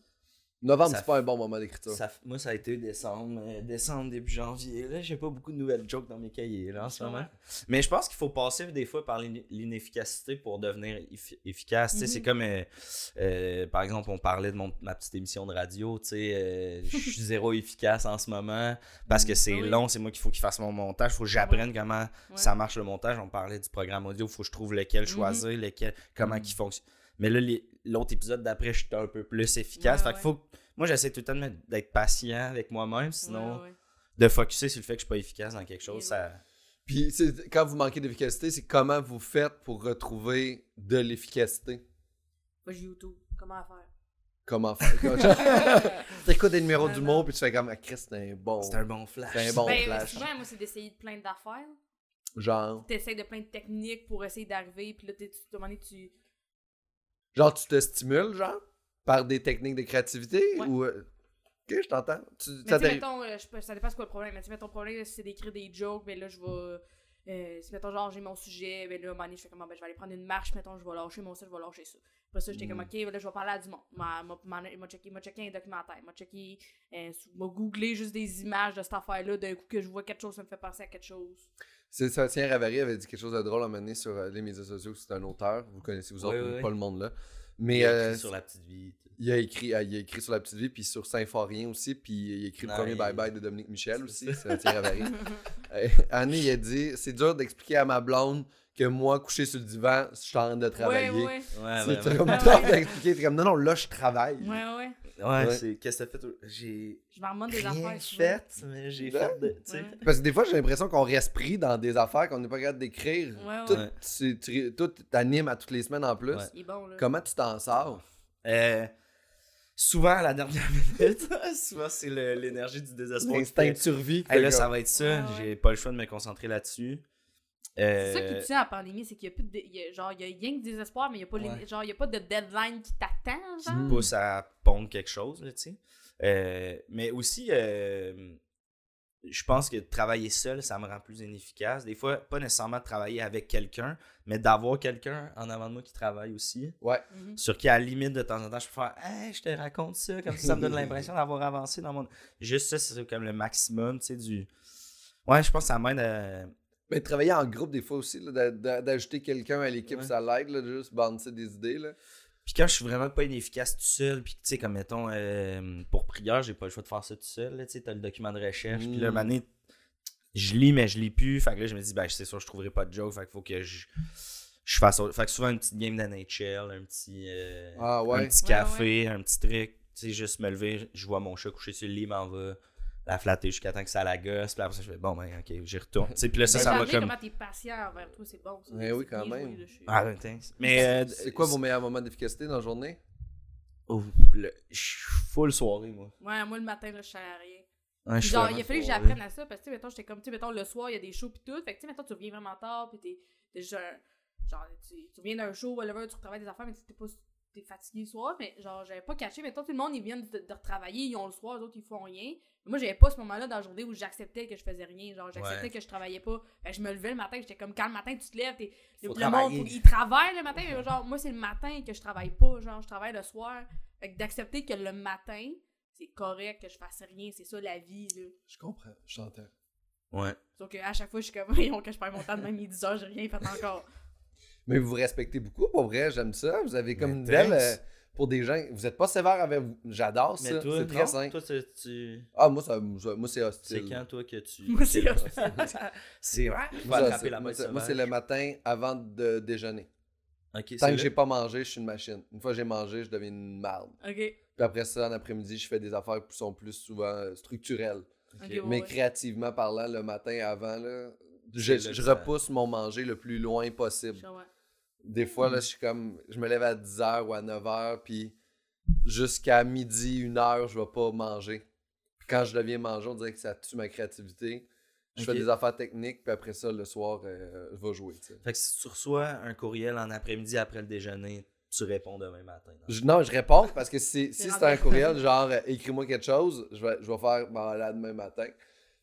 Speaker 6: Novembre,
Speaker 5: Ça-
Speaker 6: c'est pas un bon moment d'écriture.
Speaker 5: Ça f- moi, ça a été décembre, euh, décembre, début janvier. Là, j'ai pas beaucoup de nouvelles jokes dans mes cahiers là, en ce
Speaker 4: Ouais.
Speaker 5: moment. Mais je pense qu'il faut passer des fois par l'in- l'inefficacité pour devenir effi- efficace. Tu sais,
Speaker 4: Mhm.
Speaker 5: C'est comme, euh, euh, par exemple, on parlait de mon- ma petite émission de radio. tu sais, euh, Je suis zéro efficace en ce moment parce que c'est
Speaker 4: Mhm. Ah Oui.
Speaker 5: long. C'est moi qu'il faut qu'il fasse mon montage. Il faut que j'apprenne comment
Speaker 4: Ouais. Mhm.
Speaker 5: ça marche le montage. On parlait du programme audio. Il faut que je trouve lequel choisir, lequel, comment qu'il fonctionne. Mais là, les- l'autre épisode d'après, je suis un peu plus efficace.
Speaker 4: Ouais,
Speaker 5: fait que
Speaker 4: ouais.
Speaker 5: faut que- Moi, j'essaie tout le temps de me- d'être patient avec moi-même, sinon
Speaker 4: Ouais, ouais.
Speaker 5: de focuser sur le fait que je suis pas efficace dans quelque chose,
Speaker 4: Et
Speaker 5: ça.
Speaker 6: Puis c'est- quand vous manquez d'efficacité, c'est comment vous faites pour retrouver de l'efficacité?
Speaker 4: Moi, j'ai YouTube. Comment faire?
Speaker 6: Comment faire? T'écoutes des numéros
Speaker 4: Non,
Speaker 6: du
Speaker 4: non.
Speaker 6: mot puis tu fais comme ah, Chris, c'est un bon.
Speaker 5: C'est un bon flash.
Speaker 6: C'est un bon
Speaker 4: ben,
Speaker 6: flash.
Speaker 4: souvent, moi, c'est d'essayer de plein d'affaires.
Speaker 6: Genre.
Speaker 4: T'essayes de plein de techniques pour essayer d'arriver, puis là, t'es- tu te demandes, tu.
Speaker 6: Genre, tu te stimules, genre, par des techniques de créativité
Speaker 4: Ouais.
Speaker 6: ou. euh, Ok, je t'entends. Tu-
Speaker 4: Mais
Speaker 6: ça
Speaker 4: tu sais,
Speaker 6: t'arrive-
Speaker 4: mettons, euh, je peux- ça dépend c'est quoi le problème. Mais tu sais, mettons, le problème, c'est d'écrire des jokes, mais là, je vais. Euh, si, mettons, genre, j'ai mon sujet, mais là, à un moment donné, je fais comment, ben, je vais aller prendre une marche, mettons, je vais lâcher mon ça, je vais lâcher ça. Après ça, j'étais
Speaker 6: Hmm.
Speaker 4: comme, ok, ben là, je vais parler à du monde. M'a- m'a- m'a- M'a checké m'a checké un documentaire, m'a checké, euh, sous- m'a googlé juste des images de cette affaire-là, d'un coup que je vois quelque chose, ça me fait penser à quelque chose.
Speaker 6: C'est ça, tiens, Ravary avait dit quelque chose de drôle à un moment donné sur euh, les médias sociaux. C'est un auteur, vous connaissez vous
Speaker 5: Oui,
Speaker 6: autres,
Speaker 5: oui, oui.
Speaker 6: pas le monde là.
Speaker 5: Il
Speaker 6: Mais
Speaker 5: a écrit
Speaker 6: euh,
Speaker 5: sur la petite vie.
Speaker 6: il, a écrit, euh, il a écrit sur La Petite Vie, puis sur Symphorien aussi, puis il a écrit
Speaker 5: Non,
Speaker 6: le premier
Speaker 5: il-
Speaker 6: Bye Bye de Dominique Michel
Speaker 5: C'est
Speaker 6: aussi. C'est Thierry Ravary. Euh, Annie, il a dit C'est dur d'expliquer à ma blonde que moi, couché sur le divan, je suis en train de travailler.
Speaker 4: Ouais, ouais.
Speaker 5: Ah, ben, Ouais,
Speaker 6: C'est
Speaker 5: vraiment.
Speaker 6: comme
Speaker 4: Ouais,
Speaker 6: dur
Speaker 4: ouais.
Speaker 6: d'expliquer. C'est comme Non, non, là, je travaille.
Speaker 4: Ouais, ouais.
Speaker 5: Ouais,
Speaker 6: Ouais.
Speaker 5: c'est. Qu'est-ce que t'as fait? toi? J'ai
Speaker 4: Je m'en remonte des
Speaker 5: rien
Speaker 4: affaires. souvent.
Speaker 5: fait, mais j'ai
Speaker 6: Ben,
Speaker 5: fait de. tu sais.
Speaker 4: Ouais.
Speaker 6: Parce que des fois, j'ai l'impression qu'on reste pris dans des affaires qu'on n'est pas capable d'écrire.
Speaker 4: Ouais,
Speaker 6: Tout,
Speaker 4: ouais.
Speaker 5: Ouais.
Speaker 6: tu- tu- tout t'anime à toutes les semaines en plus.
Speaker 5: Ouais.
Speaker 4: Il est bon, là.
Speaker 6: Comment tu t'en sors?
Speaker 5: Euh, souvent, à la dernière minute, souvent, c'est le- l'énergie du désespoir. qui
Speaker 6: L'instinct de
Speaker 5: fait,
Speaker 6: survie.
Speaker 5: Hey, là, ça va être ça.
Speaker 4: Ouais, ouais.
Speaker 5: J'ai pas le choix de me concentrer là-dessus.
Speaker 4: C'est ça qui
Speaker 5: Euh,
Speaker 4: tue à la pandémie, c'est qu'il n'y a plus de. il y a- genre, il y a rien que désespoir, mais il n'y a, pas les-
Speaker 5: Ouais.
Speaker 4: genre, il y a pas de deadline qui t'attend,
Speaker 5: qui
Speaker 4: genre.
Speaker 5: me pousse à pondre quelque chose, là, tu sais. Euh, mais aussi, euh, je pense que travailler seul, ça me rend plus inefficace. Des fois, pas nécessairement travailler avec quelqu'un, mais d'avoir quelqu'un en avant de moi qui travaille aussi.
Speaker 4: Mhm.
Speaker 5: Sur qui, à la limite, de temps en temps, je peux faire Hey, je te raconte ça, comme ça, ça me donne l'impression d'avoir avancé dans mon. Juste ça, c'est comme le maximum, tu sais, du. Ouais, je pense que ça m'aide à.
Speaker 6: Mais travailler en groupe, des fois aussi, là, d'a- d'a- d'ajouter quelqu'un à l'équipe,
Speaker 5: Ouais.
Speaker 6: ça l'aide, là, de juste bouncer des idées. Là.
Speaker 5: Puis quand je suis vraiment pas inefficace tout seul, puis tu sais, comme mettons, euh, pour prière, j'ai pas le choix de faire ça tout seul, là, tu sais, t'as le document de recherche, puis là,
Speaker 6: Mm.
Speaker 5: mané, je lis, mais je lis plus, fait que là, je me dis, ben, c'est sûr, je trouverai pas de joke, fait qu'il faut que je, je fasse autre. Fait que souvent, une petite game d'NHL, un petit, euh,
Speaker 6: Ah ouais.
Speaker 5: un petit
Speaker 4: Ouais,
Speaker 5: café, un petit truc, tu sais, juste me lever, je vois mon chat couché sur le lit, il m'en va la flatter jusqu'à temps que ça la gosse, puis après ça, je fais, bon, ben, ok, j'y retourne, tu sais, puis là, ça,
Speaker 4: Mais
Speaker 5: ça
Speaker 4: changer
Speaker 5: m'a comme.
Speaker 4: comment t'es patient envers toi, c'est bon. ça.
Speaker 6: Ouais, oui,
Speaker 4: C'est
Speaker 6: quand
Speaker 4: bien
Speaker 6: même.
Speaker 4: joué, là, je suis-
Speaker 5: Ah, intense. Mais. euh,
Speaker 6: C'est quoi vos meilleurs moments d'efficacité dans la journée?
Speaker 5: Oh, le- Je suis full soirée, moi.
Speaker 4: Ouais, moi, le matin, là, je ne à rien.
Speaker 5: Ouais, je suis
Speaker 4: Genre,
Speaker 5: vraiment
Speaker 4: il a fallu que
Speaker 5: soirée.
Speaker 4: j'apprenne à ça parce que, tu sais, mettons, j'étais comme, tu sais, mettons, le soir, il y a des shows pis tout. Fait que, tu sais, mettons, tu reviens vraiment tard pis t'es t'es juste un- Genre, tu, tu reviens d'un show, whatever, tu retravailles des affaires, mais tu t'es pas. T'es fatigué le soir, mais genre, j'avais pas caché. Mettons, tout le monde, ils viennent de, de retravailler, ils ont le soir, les autres, ils font rien. Mais moi, j'avais pas ce moment-là dans la journée où j'acceptais que je faisais rien. Genre, j'acceptais
Speaker 5: Ouais.
Speaker 4: que je travaillais pas. Fait que je me levais le matin, j'étais comme, quand le matin, tu te lèves, t'es. Le,
Speaker 5: Faut
Speaker 4: le monde,
Speaker 5: travailler.
Speaker 4: faut- il travaille le matin, mais genre, moi, c'est le matin que je travaille pas. Genre, je travaille le soir. Fait que d'accepter que le matin, c'est correct que je fasse rien, c'est ça la vie, là.
Speaker 6: Je comprends, je t'entends.
Speaker 5: Ouais.
Speaker 4: Sauf qu'à chaque fois, je suis comme, voyons, que je perds mon temps, de même il est 10 heures, j'ai rien fait encore.
Speaker 6: Mais vous vous respectez beaucoup, pour vrai, j'aime ça. Vous avez comme
Speaker 5: Mais
Speaker 6: une belle,
Speaker 5: thanks.
Speaker 6: euh, pour des gens. Vous êtes pas sévère avec vous. J'adore ça.
Speaker 5: Mais toi,
Speaker 6: C'est
Speaker 5: non,
Speaker 6: très simple.
Speaker 5: toi, tu- tu-
Speaker 6: Ah, moi, ça, ça- moi c'est
Speaker 5: c'est
Speaker 6: hostile.
Speaker 5: quand toi que tu.
Speaker 4: Moi, c'est
Speaker 5: que-
Speaker 4: là.
Speaker 5: C'est vrai. Tu vas
Speaker 6: Moi, ça,
Speaker 5: attraper
Speaker 6: c'est-
Speaker 5: la
Speaker 6: moi,
Speaker 5: bête
Speaker 6: c'est- moi, c'est
Speaker 5: sauvage.
Speaker 6: le matin avant de déjeuner.
Speaker 5: Ok, c'est
Speaker 6: Tant que
Speaker 5: là.
Speaker 6: j'ai pas mangé, je suis une machine. Une fois que j'ai mangé, je deviens une marde.
Speaker 4: Ok.
Speaker 6: Puis après ça, en après-midi, je fais des affaires qui sont plus souvent euh, structurelles.
Speaker 5: Ok.
Speaker 4: Ok, ouais.
Speaker 6: Mais créativement parlant, le matin avant, là, je,
Speaker 5: C'est le
Speaker 6: je
Speaker 5: temps.
Speaker 6: repousse mon manger le plus loin possible.
Speaker 4: Je comprends.
Speaker 6: Des fois,
Speaker 5: Mm.
Speaker 6: là, je suis comme. Je me lève à 10h ou à 9h, puis jusqu'à midi, 1h, je vais pas manger. Puis quand je deviens manger, on dirait que ça tue ma créativité. Je
Speaker 5: Ok.
Speaker 6: fais des affaires techniques, puis après ça, le soir, euh, je vais jouer. tu sais.
Speaker 5: Fait que si tu reçois un courriel en après-midi après le déjeuner, tu réponds demain matin. non?
Speaker 6: Je- non, je réponds parce que si, si
Speaker 4: C'est
Speaker 6: c'est un
Speaker 4: rendu-
Speaker 6: courriel, genre euh, écris-moi quelque chose, je vais, je vais faire ben, là demain matin.